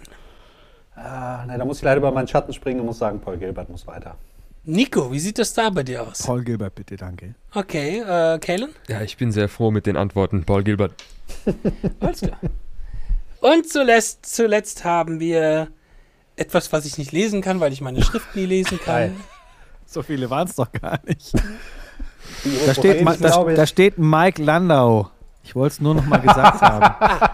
Speaker 3: Ah, nein, da muss ich leider über meinen Schatten springen und muss sagen, Paul Gilbert muss weiter.
Speaker 1: Nico, wie sieht das da bei dir aus?
Speaker 2: Paul Gilbert, bitte, danke.
Speaker 1: Okay, äh, Kalen?
Speaker 4: Ja, ich bin sehr froh mit den Antworten, Paul Gilbert.
Speaker 1: Alles klar. Und zuletzt, zuletzt haben wir etwas, was ich nicht lesen kann, weil ich meine Schrift nie lesen kann.
Speaker 2: So viele waren es doch gar nicht.
Speaker 3: Die
Speaker 2: Da steht, Ma-
Speaker 3: Hochhäusen,
Speaker 2: da,
Speaker 3: glaub ich.
Speaker 2: da steht Mike Landau. Ich wollte es nur noch mal gesagt haben.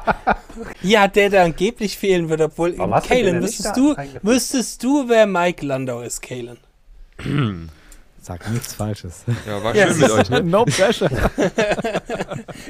Speaker 1: Ja, der da angeblich fehlen wird, obwohl
Speaker 3: Warum hast du den
Speaker 1: Kalen,
Speaker 3: denn
Speaker 1: wüsstest
Speaker 3: nicht da
Speaker 1: du,
Speaker 3: eingefallen?
Speaker 1: wüsstest du, wer Mike Landau ist, Kalen?
Speaker 2: Sag nichts Falsches.
Speaker 4: Ja, war
Speaker 1: Ja,
Speaker 4: schön
Speaker 1: es
Speaker 4: mit
Speaker 1: ist-
Speaker 4: euch, ne?
Speaker 2: No pressure.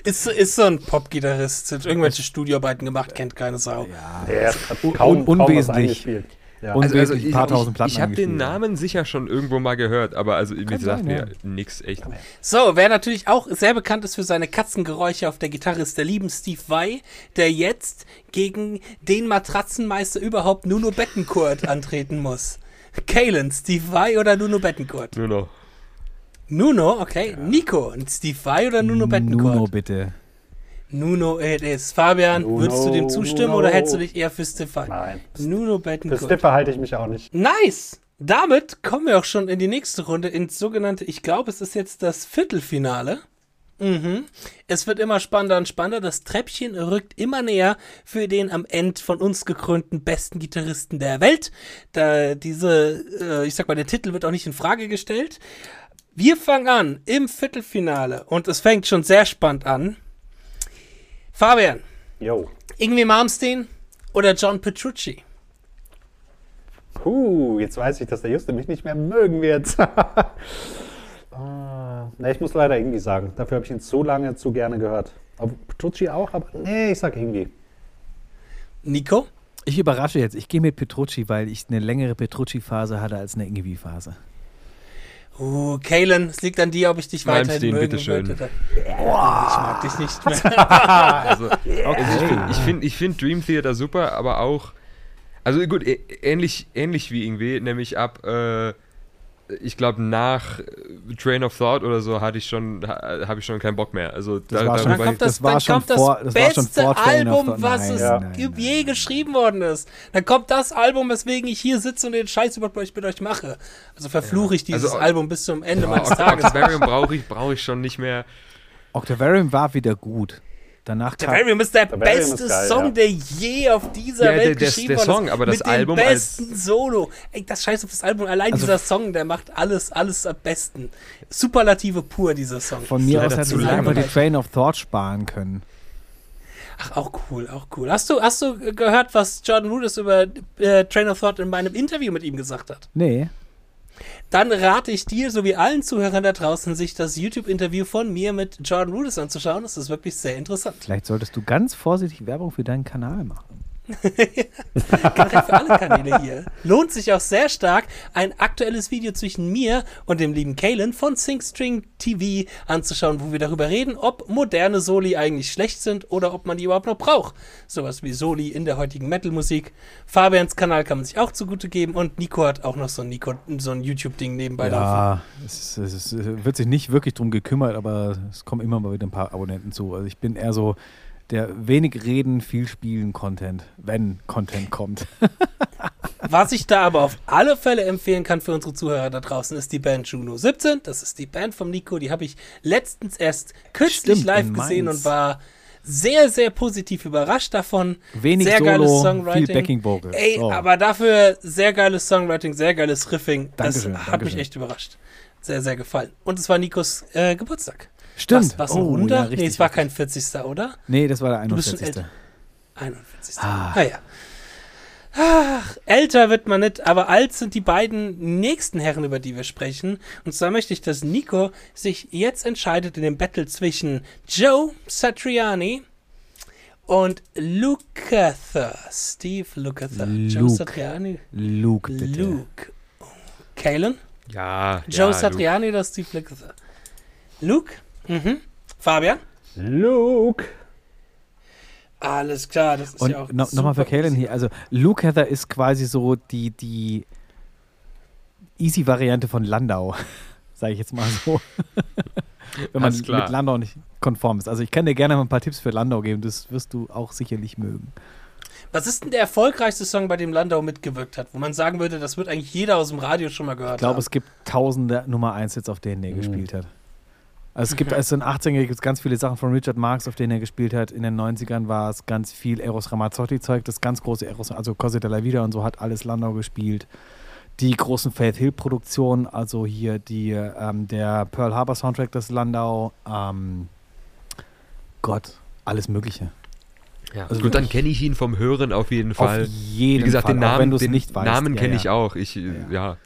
Speaker 1: Ist, so- ist so ein Popgitarrist, hat irgendwelche Studioarbeiten gemacht, kennt keine Sau.
Speaker 3: Der hat kaum, kaum was
Speaker 2: unwesentlich.
Speaker 3: eingespielt. Ja.
Speaker 2: Und also, ein paar
Speaker 4: ich,
Speaker 2: tausend Platten
Speaker 4: Ich, ich habe den
Speaker 2: eingespielt.
Speaker 4: Namen sicher schon irgendwo mal gehört, aber also mir
Speaker 2: Kann
Speaker 4: sagt
Speaker 2: sein,
Speaker 4: mir
Speaker 2: ja.
Speaker 4: nix echt.
Speaker 1: So, wer natürlich auch sehr bekannt ist für seine Katzengeräusche auf der Gitarre, ist der lieben Steve Vai, der jetzt gegen den Matratzenmeister überhaupt Nuno Bettencourt antreten muss. Kalen, Steve Vai oder Nuno Bettencourt?
Speaker 4: Nur noch.
Speaker 1: Nuno, okay. Nico, und Steve Vai oder Nuno
Speaker 2: Nuno,
Speaker 1: Bettencourt?
Speaker 2: bitte.
Speaker 1: Nuno, it is. Fabian,
Speaker 3: Nuno,
Speaker 1: würdest du dem zustimmen
Speaker 3: Nuno.
Speaker 1: oder hättest du dich eher für Steve Vai?
Speaker 3: Nein.
Speaker 1: Nuno
Speaker 3: Für
Speaker 1: Bettencourt.
Speaker 3: Stiffer halte ich mich auch nicht.
Speaker 1: Nice! Damit kommen wir auch schon in die nächste Runde, ins sogenannte, ich glaube, es ist jetzt das Viertelfinale. Mhm. Es wird immer spannender und spannender. Das Treppchen rückt immer näher für den am Ende von uns gekrönten besten Gitarristen der Welt. Da diese, äh, ich sag mal, der Titel wird auch nicht in Frage gestellt. Wir fangen an im Viertelfinale und es fängt schon sehr spannend an. Fabian,
Speaker 3: Jo.
Speaker 1: Ingwie Malmsteen oder John Petrucci?
Speaker 3: Puh, jetzt weiß ich, dass der Juste mich nicht mehr mögen wird. Ah, nee, ich muss leider irgendwie sagen. Dafür habe ich ihn zu lange, zu gerne gehört. Aber Petrucci auch, aber nee, ich sag irgendwie.
Speaker 1: Nico?
Speaker 2: Ich überrasche jetzt. Ich gehe mit Petrucci, weil ich eine längere Petrucci-Phase hatte als eine Ingwie-Phase.
Speaker 1: Uh, Kalen, es liegt an dir, ob ich dich weiterhin
Speaker 4: Malmsteen,
Speaker 1: mögen
Speaker 4: bitteschön.
Speaker 1: würde. Boah. Ich mag dich nicht mehr.
Speaker 4: Also, also ich finde ich find, ich find Dream Theater super, aber auch. Also gut, ä- ähnlich, ähnlich wie irgendwie, nämlich ab, äh, ich glaube, nach äh, Train of Thought oder so hatte ich schon, ha, habe ich schon keinen Bock mehr. Also
Speaker 2: Das war schon
Speaker 1: Dann
Speaker 2: Wobei,
Speaker 1: kommt das,
Speaker 2: das war
Speaker 1: dann
Speaker 2: schon
Speaker 1: kommt das
Speaker 2: vor- das war schon
Speaker 1: beste
Speaker 2: vor Train of
Speaker 1: Album,
Speaker 2: Thought.
Speaker 1: was
Speaker 2: Nein,
Speaker 1: es
Speaker 2: ja. Nein,
Speaker 1: je
Speaker 2: nein,
Speaker 1: geschrieben worden ist. Dann kommt das Album, weswegen ich hier sitze und den Scheiß über euch mit euch mache. Also verfluche ich dieses
Speaker 4: Also,
Speaker 1: Album bis zum Ende meines Tages.
Speaker 4: Oxybarium brauche ich, brauch ich schon nicht mehr.
Speaker 2: Octavarium war wieder gut. Danach kam.
Speaker 1: Terrarium ist der
Speaker 3: Terrarium ist
Speaker 1: beste
Speaker 3: geil,
Speaker 1: Song,
Speaker 3: ja.
Speaker 1: der je auf dieser
Speaker 4: Ja, der-
Speaker 1: Welt
Speaker 4: der-
Speaker 1: geschrieben
Speaker 4: der
Speaker 1: worden
Speaker 4: Song,
Speaker 1: ist.
Speaker 4: aber das
Speaker 1: mit
Speaker 4: Album
Speaker 1: dem
Speaker 4: als-
Speaker 1: besten Solo. Ey, das Scheiß auf das Album. Allein
Speaker 2: Also-
Speaker 1: dieser Song, der macht alles, alles am besten. Superlative pur, dieser Song.
Speaker 2: Von mir
Speaker 4: leider
Speaker 2: aus hätte
Speaker 4: zu
Speaker 2: sich einfach
Speaker 1: lange.
Speaker 2: die Train of Thought sparen können.
Speaker 1: Ach, auch cool, auch cool. Hast du, hast du gehört, was Jordan Rudess über äh, Train of Thought in meinem Interview mit ihm gesagt hat?
Speaker 2: Nee.
Speaker 1: Dann rate ich dir sowie allen Zuhörern da draußen, sich das YouTube-Interview von mir mit Jordan Rudess anzuschauen. Das ist wirklich sehr interessant.
Speaker 2: Vielleicht solltest du ganz vorsichtig Werbung für deinen Kanal machen.
Speaker 1: Generell für alle Kanäle hier. Lohnt sich auch sehr stark, ein aktuelles Video zwischen mir und dem lieben Kalen von SingString TV anzuschauen, wo wir darüber reden, ob moderne Soli eigentlich schlecht sind oder ob man die überhaupt noch braucht. Sowas wie Soli in der heutigen Metal-Musik. Fabians Kanal kann man sich auch zugute geben und Nico hat auch noch so ein, Nico- so ein YouTube-Ding nebenbei laufen.
Speaker 2: Ja, es, es, es äh, wird sich nicht wirklich drum gekümmert, aber es kommen immer mal wieder ein paar Abonnenten zu. Also ich bin eher so der wenig reden, viel spielen Content, wenn Content kommt.
Speaker 1: Was ich da aber auf alle Fälle empfehlen kann für unsere Zuhörer da draußen, ist die Band Juno 17. Das ist die Band vom Nico. Die habe ich letztens erst kürzlich
Speaker 2: Stimmt,
Speaker 1: live
Speaker 2: in
Speaker 1: gesehen
Speaker 2: Mainz.
Speaker 1: und war sehr, sehr positiv überrascht davon.
Speaker 2: Wenig
Speaker 1: sehr geiles
Speaker 2: Solo,
Speaker 1: Songwriting.
Speaker 2: viel Backing Vocal.
Speaker 1: Ey,
Speaker 2: So.
Speaker 1: aber dafür sehr geiles Songwriting, sehr geiles Riffing. Das
Speaker 2: Dankeschön,
Speaker 1: hat
Speaker 2: Dankeschön.
Speaker 1: mich echt überrascht. Sehr, sehr gefallen. Und es war Nikos äh, Geburtstag.
Speaker 2: Stimmt.
Speaker 1: Was, was
Speaker 2: Oh,
Speaker 1: ein Wunder?
Speaker 2: ja,
Speaker 1: nee,
Speaker 2: richtig,
Speaker 1: es war
Speaker 2: richtig.
Speaker 1: kein 40. oder?
Speaker 2: Nee, das war der
Speaker 1: bist schon
Speaker 2: 41.
Speaker 1: älter. 41. Ah. ja. Ach, älter wird man nicht, aber alt sind die beiden nächsten Herren, über die wir sprechen. Und zwar möchte ich, dass Nico sich jetzt entscheidet in dem Battle zwischen Joe Satriani und Lukather. Steve Lukather. Joe
Speaker 2: Luke.
Speaker 1: Satriani.
Speaker 2: Luke, bitte.
Speaker 1: Luke. Kalen.
Speaker 4: Ja.
Speaker 1: Joe
Speaker 4: ja, Luke.
Speaker 1: Satriani oder Steve Lukather. Luke. Mhm. Fabian.
Speaker 3: Luke.
Speaker 1: Alles klar, das ist
Speaker 2: Und
Speaker 1: ja auch.
Speaker 2: no, nochmal für
Speaker 1: super
Speaker 2: Kalen
Speaker 1: easy.
Speaker 2: hier. Also, Luke Heather ist quasi so die, die Easy-Variante von Landau, sage ich jetzt mal so. Wenn man
Speaker 4: Alles klar.
Speaker 2: mit Landau nicht konform ist. Also, ich kann dir gerne mal ein paar Tipps für Landau geben, das wirst du auch sicherlich mögen.
Speaker 1: Was ist denn der erfolgreichste Song, bei dem Landau mitgewirkt hat, wo man sagen würde, das wird eigentlich jeder aus dem Radio schon mal gehört
Speaker 2: Ich glaube,
Speaker 1: haben?
Speaker 2: es gibt tausende Nummer 1 jetzt, auf denen
Speaker 4: Mhm.
Speaker 2: er gespielt hat. Also es gibt, als in den 80ern gibt es ganz viele Sachen von Richard Marx, auf denen er gespielt hat. In den 90ern war es ganz viel Eros Ramazzotti-Zeug, das ganz große Eros, also Cose della Vida und so hat alles Landau gespielt. Die großen Faith Hill-Produktionen, also hier die, ähm, der Pearl Harbor Soundtrack des Landau, ähm, Gott, alles Mögliche.
Speaker 4: Ja.
Speaker 2: Also
Speaker 4: Gut, dann kenne ich ihn vom Hören auf jeden Fall.
Speaker 2: Auf jeden
Speaker 4: Wie gesagt,
Speaker 2: Fall,
Speaker 4: den
Speaker 2: auch wenn
Speaker 4: Namen,
Speaker 2: du es
Speaker 4: den
Speaker 2: nicht weißt.
Speaker 4: Namen
Speaker 2: Ja,
Speaker 4: kenne
Speaker 2: ja.
Speaker 4: ich auch. Ich, äh, ja.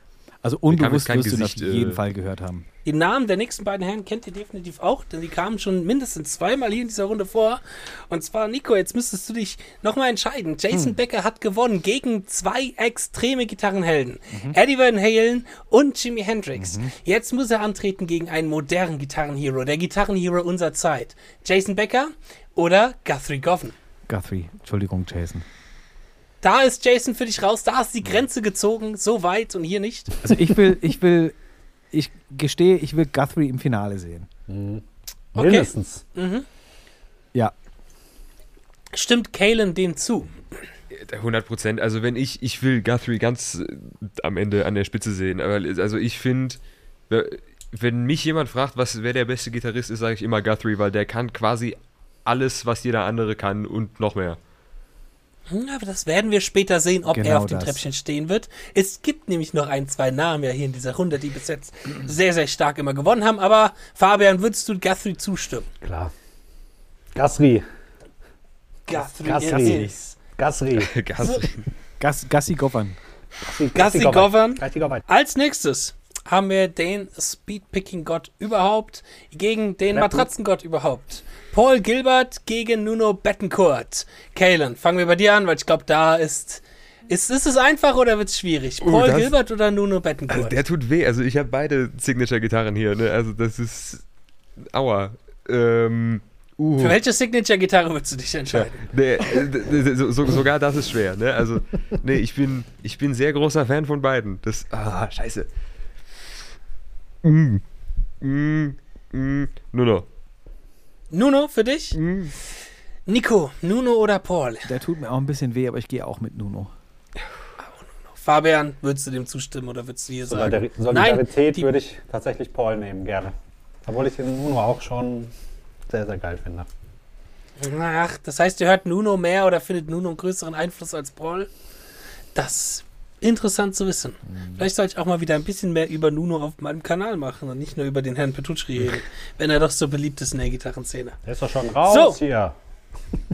Speaker 2: Also
Speaker 4: jetzt
Speaker 2: unbewusst
Speaker 4: kein
Speaker 2: wirst du ihn auf
Speaker 4: Gesicht, äh,
Speaker 2: jeden Fall gehört haben.
Speaker 1: Die Namen der nächsten beiden Herren kennt ihr definitiv auch, denn die kamen schon mindestens zweimal hier in dieser Runde vor. Und zwar, Nico, jetzt müsstest du dich nochmal entscheiden. Jason
Speaker 2: Hm.
Speaker 1: Becker hat gewonnen gegen zwei extreme Gitarrenhelden, Mhm. Eddie Van Halen und Jimi Hendrix.
Speaker 2: Mhm.
Speaker 1: Jetzt muss er antreten gegen einen modernen Gitarrenhero, der Gitarrenhero unserer Zeit. Jason Becker oder Guthrie Govan.
Speaker 2: Guthrie, Entschuldigung, Jason.
Speaker 1: Da ist Jason für dich raus, da ist die Grenze gezogen, so weit und hier nicht.
Speaker 2: Also ich will, ich will, ich gestehe, ich will Guthrie im Finale sehen.
Speaker 1: Okay.
Speaker 3: Mindestens.
Speaker 2: Ja.
Speaker 1: Stimmt Kalen dem zu?
Speaker 4: 100 Prozent. Also wenn ich, ich will Guthrie ganz äh, am Ende an der Spitze sehen. Aber also ich finde, wenn mich jemand fragt, was wer der beste Gitarrist ist, sage ich immer Guthrie, weil der kann quasi alles, was jeder andere kann und noch mehr.
Speaker 1: Hm, Aber das werden wir später sehen, ob er
Speaker 2: Genau
Speaker 1: auf dem
Speaker 2: das.
Speaker 1: Treppchen stehen wird. Es gibt nämlich noch ein, zwei Namen ja hier in dieser Runde, die bis jetzt sehr, sehr stark immer gewonnen haben. Aber Fabian, würdest du Guthrie zustimmen?
Speaker 3: Klar. Gasri.
Speaker 1: Guthrie,
Speaker 3: Guthrie.
Speaker 1: ist-
Speaker 3: Gasri.
Speaker 4: Guthrie.
Speaker 2: Gas, Gassi Goffern.
Speaker 1: Gassi Govan.
Speaker 3: Gassi Govan.
Speaker 1: Als nächstes haben wir den Speedpicking-Gott überhaupt gegen den
Speaker 3: Na gut.
Speaker 1: Matratzengott überhaupt. Paul Gilbert gegen Nuno Bettencourt. Kalen, fangen wir bei dir an, weil ich glaube, da ist. Ist, ist es einfach oder wird es schwierig?
Speaker 4: Oh,
Speaker 1: Paul
Speaker 4: das-
Speaker 1: Gilbert oder Nuno
Speaker 4: Also
Speaker 1: Bettencourt?
Speaker 4: der tut weh. Also ich habe beide Signature-Gitarren hier. Ne? Also das ist aua. Ähm, uh.
Speaker 1: Für welche Signature-Gitarre würdest du dich entscheiden?
Speaker 4: Nee, äh, d- d- so, so, sogar das ist schwer. Ne? Also, nee, ich bin, ich bin sehr großer Fan von beiden. Das, ah, scheiße. Mm. Mm. Mm. Nur noch.
Speaker 1: Nuno für dich?
Speaker 4: Mhm.
Speaker 1: Nico, Nuno oder Paul?
Speaker 2: Der tut mir auch ein bisschen weh, aber ich gehe auch mit Nuno.
Speaker 1: Fabian, würdest du dem zustimmen oder würdest du hier sagen?
Speaker 3: Solidari- Solidarität
Speaker 1: die-
Speaker 3: würde ich tatsächlich Paul nehmen, gerne. Obwohl ich den Nuno auch schon sehr, sehr geil finde.
Speaker 1: Ach, das heißt, ihr hört Nuno mehr oder findet Nuno einen größeren Einfluss als Paul? Das ist interessant zu wissen. Vielleicht soll ich auch mal wieder ein bisschen mehr über Nuno auf meinem Kanal machen und nicht nur über den Herrn Petrucci reden, wenn er doch so beliebt ist in der Gitarrenszene.
Speaker 3: Der ist doch schon raus
Speaker 1: So.
Speaker 3: hier.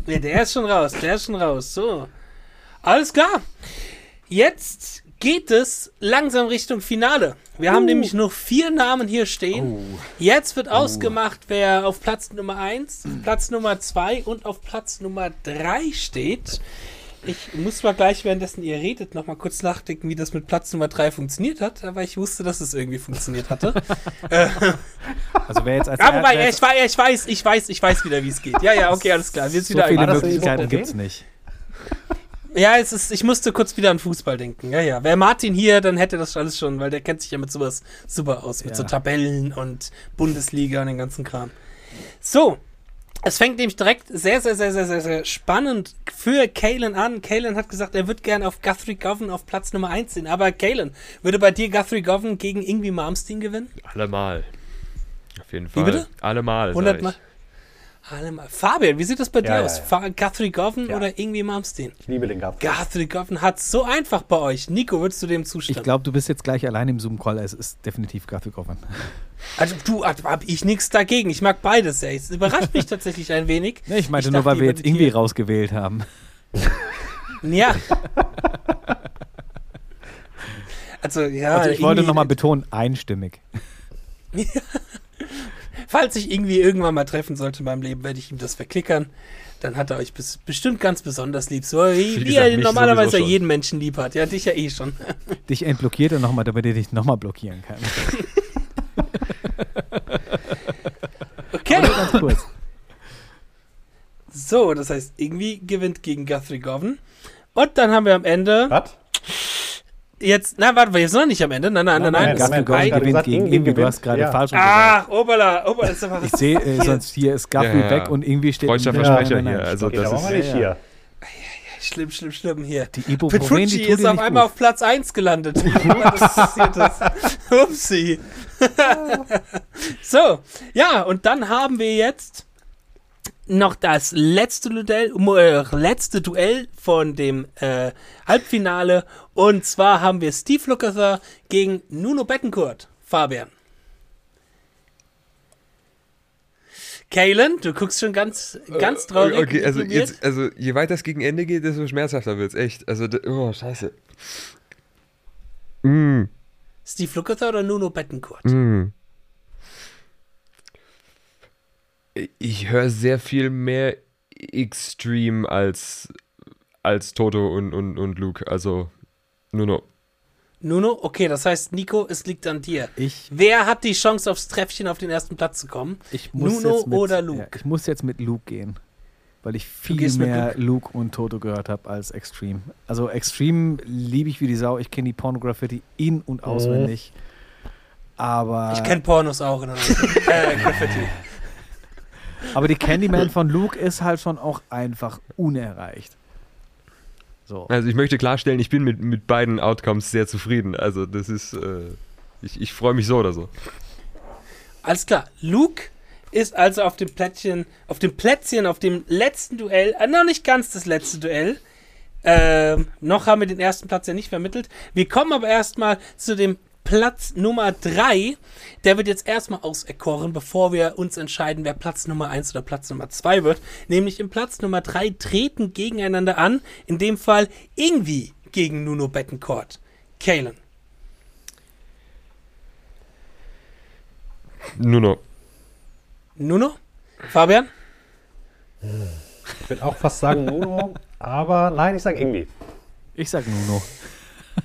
Speaker 1: Nee, der ist schon raus, der ist schon raus. So. Alles klar. Jetzt geht es langsam Richtung Finale. Wir
Speaker 2: Uh.
Speaker 1: haben nämlich noch vier Namen hier stehen.
Speaker 2: Oh.
Speaker 1: Jetzt wird ausgemacht, wer auf Platz Nummer 1, Platz Nummer 2 und auf Platz Nummer 3 steht. Ich muss mal gleich, währenddessen ihr redet, noch mal kurz nachdenken, wie das mit Platz Nummer 3 funktioniert hat, aber ich wusste, dass es irgendwie funktioniert hatte.
Speaker 2: Also wer jetzt als
Speaker 1: ja, wobei,
Speaker 2: wer
Speaker 1: ja,
Speaker 2: jetzt,
Speaker 1: ich, wei- ich weiß, ich weiß, ich weiß wieder, wie es geht. Ja, ja, okay, alles klar. Wir sind
Speaker 2: so
Speaker 1: wieder
Speaker 2: viele
Speaker 1: ein-
Speaker 2: Möglichkeiten gibt es nicht.
Speaker 1: Ja, es ist, ich musste kurz wieder an Fußball denken. Ja, ja. Wäre Martin hier, dann hätte das alles schon, weil der kennt sich ja mit sowas super aus. Mit
Speaker 2: Ja.
Speaker 1: so Tabellen und Bundesliga und den ganzen Kram. So. Es fängt nämlich direkt sehr, sehr, sehr, sehr, sehr, sehr spannend für Kalen an. Kalen hat gesagt, er wird gern auf Guthrie Govan auf Platz Nummer 1 sehen. Aber Kalen, würde bei dir Guthrie Govan gegen Ingwie Malmsteen gewinnen?
Speaker 4: Allemal. Auf jeden Fall.
Speaker 1: bitte?
Speaker 4: Allemal. sag
Speaker 1: 100 Mal.
Speaker 4: ich.
Speaker 1: Allemal. Fabian, wie sieht das bei dir
Speaker 3: Ja, ja,
Speaker 1: aus?
Speaker 3: ja.
Speaker 1: Fa- Guthrie Govan
Speaker 3: Ja.
Speaker 1: oder Ingwie Malmsteen?
Speaker 3: Ich liebe den Gasri.
Speaker 1: Guthrie Govan hat so einfach bei euch. Nico, würdest du dem zustimmen?
Speaker 2: Ich glaube, du bist jetzt gleich allein im Zoom-Call. Es ist definitiv Guthrie Goffern.
Speaker 1: Also du, also hab ich nichts dagegen. Ich mag beides sehr. Es überrascht mich tatsächlich ein wenig.
Speaker 2: Ne, ich meinte
Speaker 1: Ich
Speaker 2: nur,
Speaker 1: dachte,
Speaker 2: weil wir
Speaker 1: ihr
Speaker 2: jetzt
Speaker 1: würdet
Speaker 2: irgendwie
Speaker 1: hier-
Speaker 2: rausgewählt haben.
Speaker 1: Ja. Also ja.
Speaker 2: Also ich wollte
Speaker 1: irgendwie-
Speaker 2: nochmal betonen, einstimmig.
Speaker 1: Falls ich irgendwie irgendwann mal treffen sollte in meinem Leben, werde ich ihm das verklickern. dann hat er euch bes- bestimmt ganz besonders lieb. So wie,
Speaker 4: Wie
Speaker 1: wie
Speaker 4: gesagt,
Speaker 1: er
Speaker 4: mich
Speaker 1: normalerweise
Speaker 4: sowieso schon.
Speaker 1: jeden Menschen lieb hat. Ja, dich ja eh schon.
Speaker 2: Dich entblockiert er nochmal, damit er dich nochmal blockieren kann.
Speaker 1: Okay.
Speaker 2: Ganz kurz.
Speaker 1: So, das heißt, irgendwie gewinnt gegen Guthrie Govan. Und dann haben wir am Ende.
Speaker 3: Was?
Speaker 1: Jetzt, na, warte, wir sind noch nicht am Ende. Nein, nein, nein, nein.
Speaker 3: Nein,
Speaker 1: das-
Speaker 3: nein,
Speaker 2: Garfield
Speaker 3: nein,
Speaker 2: gewinnt
Speaker 3: nein,
Speaker 2: gegen
Speaker 3: nein,
Speaker 2: Inge, du
Speaker 3: nein,
Speaker 2: hast gerade
Speaker 3: ja.
Speaker 2: falsch rum gesagt.
Speaker 1: ah, Obala, Obala ist einfach.
Speaker 2: Ich sehe, äh, sonst hier ist Garfield
Speaker 4: Ja, ja.
Speaker 2: weg und irgendwie steht.
Speaker 4: Freudscher
Speaker 2: Nein,
Speaker 4: Versprecher
Speaker 2: nein, nein,
Speaker 4: hier. Also
Speaker 2: stopp.
Speaker 3: Okay, da
Speaker 4: das
Speaker 3: waren
Speaker 4: ist
Speaker 3: wir nicht
Speaker 2: ja,
Speaker 3: hier.
Speaker 1: Schlimm, schlimm, schlimm hier.
Speaker 2: Die Ibuprofen,
Speaker 1: Petrucci
Speaker 2: die tut
Speaker 1: ist
Speaker 2: dir
Speaker 1: auf
Speaker 2: nicht
Speaker 1: einmal
Speaker 2: gut.
Speaker 1: auf Platz 1 gelandet. Was passiert ist. Upsi. so, ja, und dann haben wir jetzt noch das letzte Duell, äh, letzte Duell von dem äh, Halbfinale. Und zwar haben wir Steve Lukather gegen Nuno Bettencourt. Fabian. Kalen, du guckst schon ganz, ganz traurig.
Speaker 4: Äh, Okay, also,
Speaker 1: deprimiert.
Speaker 4: jetzt, also je weiter es gegen Ende geht, desto schmerzhafter wird es. Echt. Also, d- oh, scheiße. Mm,
Speaker 1: Steve Lukather oder Nuno Bettencourt?
Speaker 4: mm. Ich höre sehr viel mehr Extreme als, als Toto und, und, und Luke. Also, nur noch.
Speaker 1: Nuno, okay, das heißt, Nico, es liegt an dir.
Speaker 2: Ich,
Speaker 1: Wer hat die Chance, aufs Treffchen auf den ersten Platz zu kommen?
Speaker 2: ich muss
Speaker 1: Nuno
Speaker 2: jetzt mit,
Speaker 1: oder Luke?
Speaker 2: Ja, ich muss jetzt mit Luke gehen, weil ich viel
Speaker 1: gehst mit
Speaker 2: mehr Luke und Toto gehört habe als Extreme. Also Extreme liebe ich wie die Sau. Ich kenne die Pornografie in und auswendig. Aber
Speaker 1: Oh. Ich kenne Pornos auch. In äh, Graffiti.
Speaker 2: Aber die Candyman von Luke ist halt schon auch einfach unerreicht. So.
Speaker 4: Also, ich möchte klarstellen, ich bin mit, mit beiden Outcomes sehr zufrieden. Also, das ist. Äh, ich ich freue mich so oder so.
Speaker 1: Alles klar, Luke ist also auf dem Plättchen, auf dem Plätzchen, auf dem letzten Duell, äh, noch nicht ganz das letzte Duell. Ähm, noch haben wir den ersten Platz ja nicht vermittelt. Wir kommen aber erstmal zu dem Platz Nummer 3. Der wird jetzt erstmal auserkoren, bevor wir uns entscheiden, wer Platz Nummer 1 oder Platz Nummer 2 wird. Nämlich im Platz Nummer 3 treten gegeneinander an. In dem Fall irgendwie gegen Nuno Bettencourt. Kalen.
Speaker 4: Nur noch.
Speaker 1: Nuno? Fabian?
Speaker 3: Ich würde auch fast sagen Nuno, aber nein, ich sage irgendwie.
Speaker 2: Ich sag Nuno.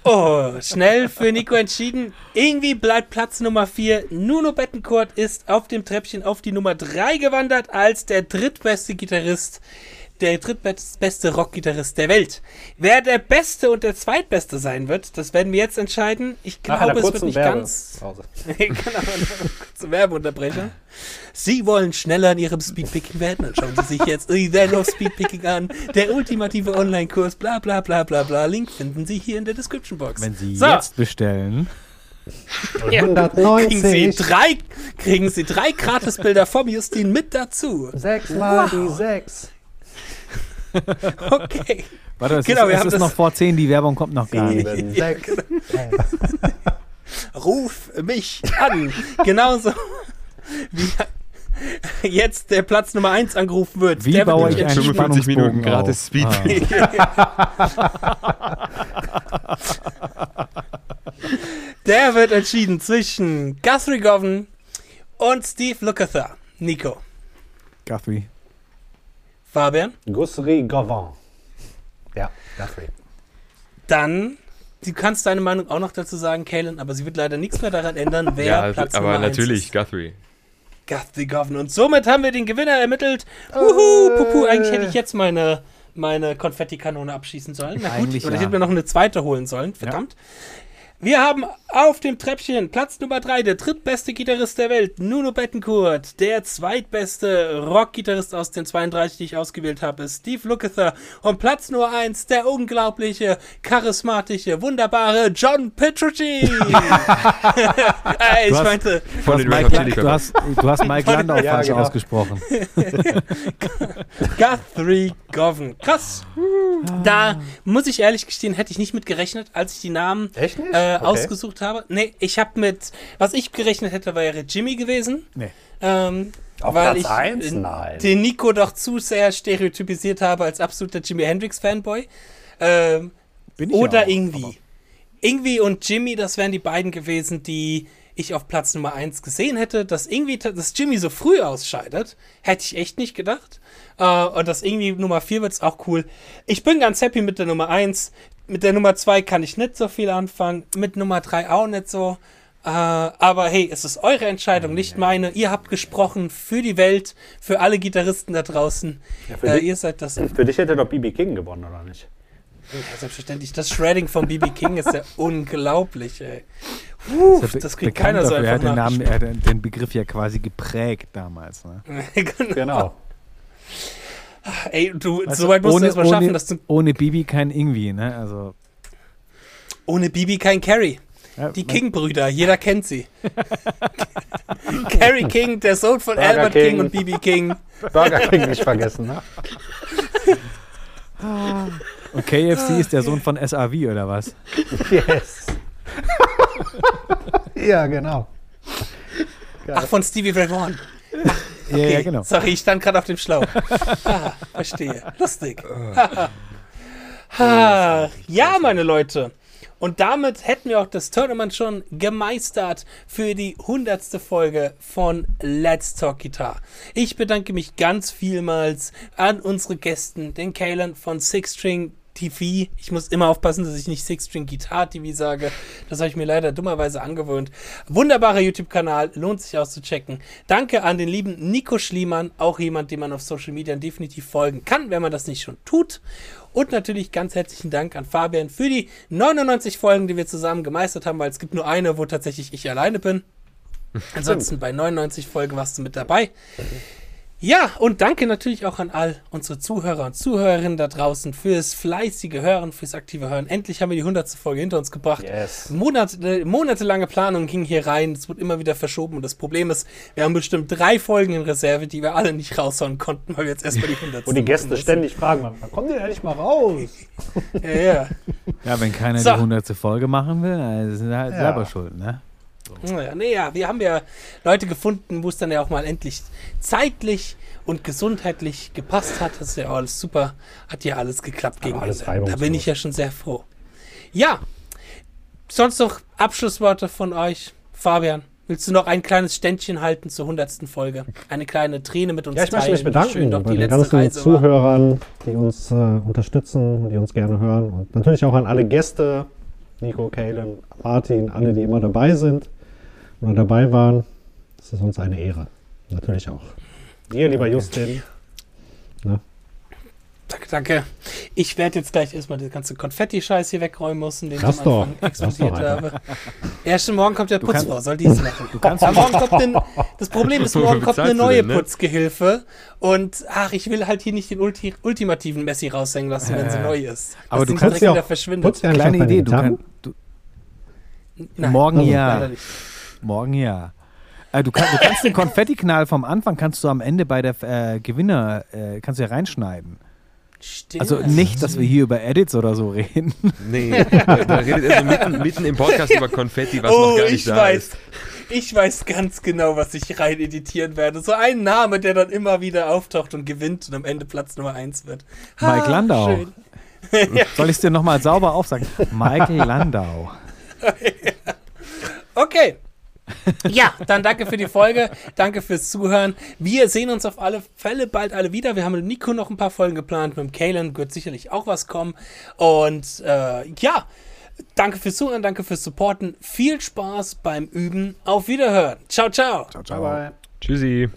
Speaker 1: Oh, schnell für Nico entschieden. Irgendwie bleibt Platz Nummer 4. Nuno Bettencourt ist auf dem Treppchen auf die Nummer 3 gewandert als der drittbeste Gitarrist, der drittbeste Rockgitarrist der Welt. Wer der Beste und der Zweitbeste sein wird, das werden wir jetzt entscheiden. Ich
Speaker 3: Nach
Speaker 1: glaube,
Speaker 3: einer
Speaker 1: es wird
Speaker 3: kurzen
Speaker 1: nicht
Speaker 3: Werbe-
Speaker 1: ganz...
Speaker 3: Pause.
Speaker 1: genau, kurze Werbeunterbrecher. Sie wollen schneller an Ihrem Speedpicking werden. Dann schauen Sie sich jetzt Event of Speedpicking an. Der ultimative Online-Kurs, bla bla bla bla bla. Link finden Sie hier in der Description-Box.
Speaker 2: Wenn sie
Speaker 1: So.
Speaker 2: jetzt bestellen.
Speaker 1: Kriegen Sie
Speaker 3: 190,
Speaker 1: drei, kriegen Sie drei Gratisbilder vom Justin mit dazu.
Speaker 3: 6 mal die 6.
Speaker 1: Okay.
Speaker 2: Warte, es
Speaker 1: Genau, wir
Speaker 2: ist, es
Speaker 1: haben
Speaker 2: ist
Speaker 1: das-
Speaker 2: noch vor 10, die Werbung kommt noch gar nicht.
Speaker 3: 7, 6.
Speaker 1: Ruf mich an. Genauso wie jetzt der Platz Nummer 1 angerufen wird.
Speaker 2: Wie
Speaker 1: der wird
Speaker 2: baue
Speaker 1: nämlich
Speaker 2: Oh, ich einen
Speaker 1: entschieden.
Speaker 4: 45 Minuten
Speaker 2: Spannungsbogen
Speaker 4: gratis
Speaker 2: auf?
Speaker 4: Speed.
Speaker 2: Ah.
Speaker 1: Der wird entschieden zwischen Guthrie Govan und Steve Lukather. Nico,
Speaker 2: Guthrie.
Speaker 1: Fabian,
Speaker 3: Gusserie Gavant. Ja, Guthrie.
Speaker 1: dann. Du kannst deine Meinung auch noch dazu sagen, Kalen, aber sie wird leider nichts mehr daran ändern, wer
Speaker 4: Ja,
Speaker 1: Platz
Speaker 4: aber
Speaker 1: Nummer
Speaker 4: natürlich,
Speaker 1: Eins
Speaker 4: Guthrie.
Speaker 1: ist. Guthrie Govan. Und somit haben wir den Gewinner ermittelt.
Speaker 2: Äh.
Speaker 1: Uhu, pupu, eigentlich hätte ich jetzt meine, meine Konfettikanone abschießen sollen. Na gut,
Speaker 2: Eigentlich
Speaker 1: oder ich
Speaker 2: ja.
Speaker 1: hätte mir noch eine zweite holen sollen, verdammt. Wir haben auf dem Treppchen Platz Nummer 3, der drittbeste Gitarrist der Welt, Nuno Bettencourt. Der zweitbeste Rockgitarrist aus den 32, die ich ausgewählt habe, ist Steve Lukather. Und Platz Nummer 1, der unglaubliche, charismatische, wunderbare John Petrucci. äh, ich
Speaker 2: hast-
Speaker 1: meinte,
Speaker 2: Du
Speaker 4: Von
Speaker 2: hast,
Speaker 4: den Red Hot Chili
Speaker 2: Mike, du,
Speaker 4: Peppers.
Speaker 2: hast, du hast Mike Landau
Speaker 3: Ja,
Speaker 2: falsch
Speaker 3: genau.
Speaker 2: ausgesprochen.
Speaker 1: Guthrie Govan. Krass. Da muss ich ehrlich gestehen, hätte ich nicht mit gerechnet, als ich die Namen
Speaker 3: Echt nicht?
Speaker 1: äh,
Speaker 3: Okay.
Speaker 1: ausgesucht habe. Nee, ich habe mit, was ich gerechnet hätte, wäre Jimmy gewesen.
Speaker 2: Nee.
Speaker 1: Ähm,
Speaker 3: Auf
Speaker 1: weil
Speaker 3: Platz
Speaker 1: ich
Speaker 3: eins?
Speaker 1: äh,
Speaker 3: Nein.
Speaker 1: den Nico doch zu sehr stereotypisiert habe als absoluter Jimi Hendrix-Fanboy. Ähm,
Speaker 2: Bin ich
Speaker 1: oder
Speaker 2: ja auch,
Speaker 1: irgendwie. Irgendwie und Jimmy, das wären die beiden gewesen, die ich auf Platz Nummer 1 gesehen hätte, dass irgendwie, ta- dass Jimmy so früh ausscheidet, hätte ich echt nicht gedacht. Äh, und dass irgendwie Nummer 4 wird es auch cool. Ich bin ganz happy mit der Nummer 1. Mit der Nummer 2 kann ich nicht so viel anfangen. Mit Nummer 3 auch nicht so. Äh, aber hey, es ist eure Entscheidung, nicht meine. Ihr habt gesprochen für die Welt, für alle Gitarristen da draußen.
Speaker 3: für
Speaker 1: äh,
Speaker 3: die-
Speaker 1: ihr seid das.
Speaker 3: Für dich hätte doch BB King gewonnen, oder nicht?
Speaker 1: Ja, selbstverständlich. Das Shredding von BB King ist ja unglaublich, ey. Puh,
Speaker 2: Ist ja be-
Speaker 1: das kriegt
Speaker 2: bekannt
Speaker 1: keiner so
Speaker 2: dafür. Er
Speaker 1: einfach
Speaker 2: hat den, Namen,
Speaker 1: nach.
Speaker 2: er hat den- den Begriff ja quasi geprägt damals. Ne?
Speaker 3: Genau.
Speaker 1: Ey, du,
Speaker 2: Weißt
Speaker 1: so weit musst du
Speaker 2: Also ohne-
Speaker 1: erst mal schaffen,
Speaker 2: ohne,
Speaker 1: dass du
Speaker 2: Ohne Bibi kein Ingwi, ne? Also,
Speaker 1: ohne Bibi kein Carrie.
Speaker 2: ja,
Speaker 1: Die
Speaker 2: man-
Speaker 1: King-Brüder, jeder kennt sie. Carrie King, der Sohn von
Speaker 3: Burger
Speaker 1: Albert King.
Speaker 3: King.
Speaker 1: und Bibi King.
Speaker 3: Burger King nicht vergessen, ne?
Speaker 2: Ah. Und
Speaker 1: Ah,
Speaker 2: KFC ist der Sohn von SAW oder was?
Speaker 3: Yes. ja, genau.
Speaker 1: Ach, von Stevie Ray Vaughan.
Speaker 2: Ja, ja,
Speaker 1: Okay,
Speaker 2: genau.
Speaker 1: Sorry, ich stand gerade auf dem Schlauch. ah, verstehe. Lustig. Ah, ja, meine Leute. Und damit hätten wir auch das Tournament schon gemeistert für die hundertste Folge von Let's Talk Guitar. Ich bedanke mich ganz vielmals an unsere Gästen, den Kalen von Six String TV. Ich muss immer aufpassen, dass ich nicht Six String Guitar TV sage. Das habe ich mir leider dummerweise angewöhnt. Wunderbarer YouTube-Kanal, lohnt sich auszuchecken. Danke an den lieben Nico Schliemann, auch jemand, dem man auf Social Media definitiv folgen kann, wenn man das nicht schon tut. Und natürlich ganz herzlichen Dank an Fabian für die 99 Folgen, die wir zusammen gemeistert haben, weil es gibt nur eine, wo tatsächlich ich alleine bin. Ansonsten bei 99 Folgen warst du mit dabei. Ja, und danke natürlich auch an all unsere Zuhörer und Zuhörerinnen da draußen fürs fleißige Hören, fürs aktive Hören. Endlich haben wir die 100. Folge hinter uns gebracht.
Speaker 3: Yes.
Speaker 1: Monat, äh, monatelange Planung ging hier rein, es wurde immer wieder verschoben und das Problem ist, wir haben bestimmt drei Folgen in Reserve, die wir alle nicht raushauen konnten, weil wir jetzt erstmal die 100.
Speaker 3: Und die Gäste
Speaker 1: machen
Speaker 3: ständig fragen, wann kommt ihr endlich mal raus?
Speaker 1: müssen. Ja, ja.
Speaker 2: Ja, wenn keiner
Speaker 1: So.
Speaker 2: die 100. Folge machen will, dann sind halt
Speaker 3: Ja.
Speaker 2: selber schuld, ne?
Speaker 1: Naja, nee, ja, wir haben ja Leute gefunden, wo es dann ja auch mal endlich zeitlich und gesundheitlich gepasst hat. Das ist ja alles super, hat ja alles geklappt gegen
Speaker 3: alles
Speaker 1: Ende. Da bin
Speaker 3: reibungslos.
Speaker 1: ich ja schon sehr froh. Ja, sonst noch Abschlussworte von euch, Fabian. Willst du noch ein kleines Ständchen halten zur hundertsten Folge? Eine kleine Träne mit uns
Speaker 3: Ja, ich möchte
Speaker 1: teilen,
Speaker 3: mich
Speaker 1: wie
Speaker 3: bedanken
Speaker 1: schön doch
Speaker 3: bei
Speaker 1: die
Speaker 3: den
Speaker 1: letzte
Speaker 3: ganzen
Speaker 1: Reise war.
Speaker 3: Zuhörern, die uns äh, unterstützen, die uns gerne hören. Und natürlich auch an alle Gäste, Nico, Kalen, Martin, alle, die immer dabei sind oder dabei waren. Das ist uns eine Ehre. Natürlich auch. Dir, lieber Justin.
Speaker 1: Danke, danke. Ich werde jetzt gleich erstmal den ganzen Konfetti-Scheiß hier wegräumen müssen, den
Speaker 3: Lass
Speaker 1: ich am Anfang
Speaker 3: doch,
Speaker 1: explodiert
Speaker 3: lass
Speaker 1: habe.
Speaker 3: doch
Speaker 1: Erst am Morgen kommt der
Speaker 2: kannst-
Speaker 1: Putzfrau, soll die es machen.
Speaker 2: kannst-
Speaker 1: Am morgen kommt denn, das Problem ist, morgen
Speaker 4: Wie
Speaker 1: kommt eine
Speaker 4: bezahlst du
Speaker 1: neue
Speaker 4: denn, ne?
Speaker 1: Putzgehilfe und ach, ich will halt hier nicht den ulti ultimativen Messi raushängen lassen, wenn sie
Speaker 2: Äh,
Speaker 1: neu ist.
Speaker 2: aber
Speaker 1: Dass
Speaker 2: du
Speaker 1: die
Speaker 2: kannst
Speaker 1: direkt
Speaker 3: ja auch
Speaker 1: wieder verschwindet.
Speaker 3: Putz ja nicht
Speaker 2: Kleine
Speaker 3: auf deine
Speaker 2: Idee, du
Speaker 3: Gitarre.
Speaker 2: kannst. Du, morgen
Speaker 3: also,
Speaker 2: ja.
Speaker 1: leider nicht.
Speaker 2: Morgen ja. Äh, du, kann, du kannst den Konfettiknall vom Anfang, kannst du am Ende bei der äh, Gewinner, äh, kannst du ja reinschneiden.
Speaker 1: Stimmt.
Speaker 2: Also nicht, dass wir hier über Edits oder so reden.
Speaker 4: Nee, da redet er so mitten, mitten im Podcast über Konfetti, was noch
Speaker 1: oh,
Speaker 4: gar nicht
Speaker 1: ich
Speaker 4: da
Speaker 1: weiß.
Speaker 4: ist.
Speaker 1: Ich weiß ganz genau, was ich rein editieren werde. So ein Name, der dann immer wieder auftaucht und gewinnt und am Ende Platz Nummer 1 wird.
Speaker 2: Mike Landau.
Speaker 1: schön.
Speaker 2: Soll ich es dir nochmal sauber aufsagen? Michael Landau.
Speaker 1: Okay. ja, dann danke für die Folge. Danke fürs Zuhören. Wir sehen uns auf alle Fälle bald alle wieder. Wir haben mit Nico noch ein paar Folgen geplant. Mit dem Kalen wird sicherlich auch was kommen. Und äh, ja, danke fürs Zuhören, danke fürs Supporten. Viel Spaß beim Üben. Auf Wiederhören. Ciao, ciao.
Speaker 3: Bye, bye.
Speaker 4: Tschüssi.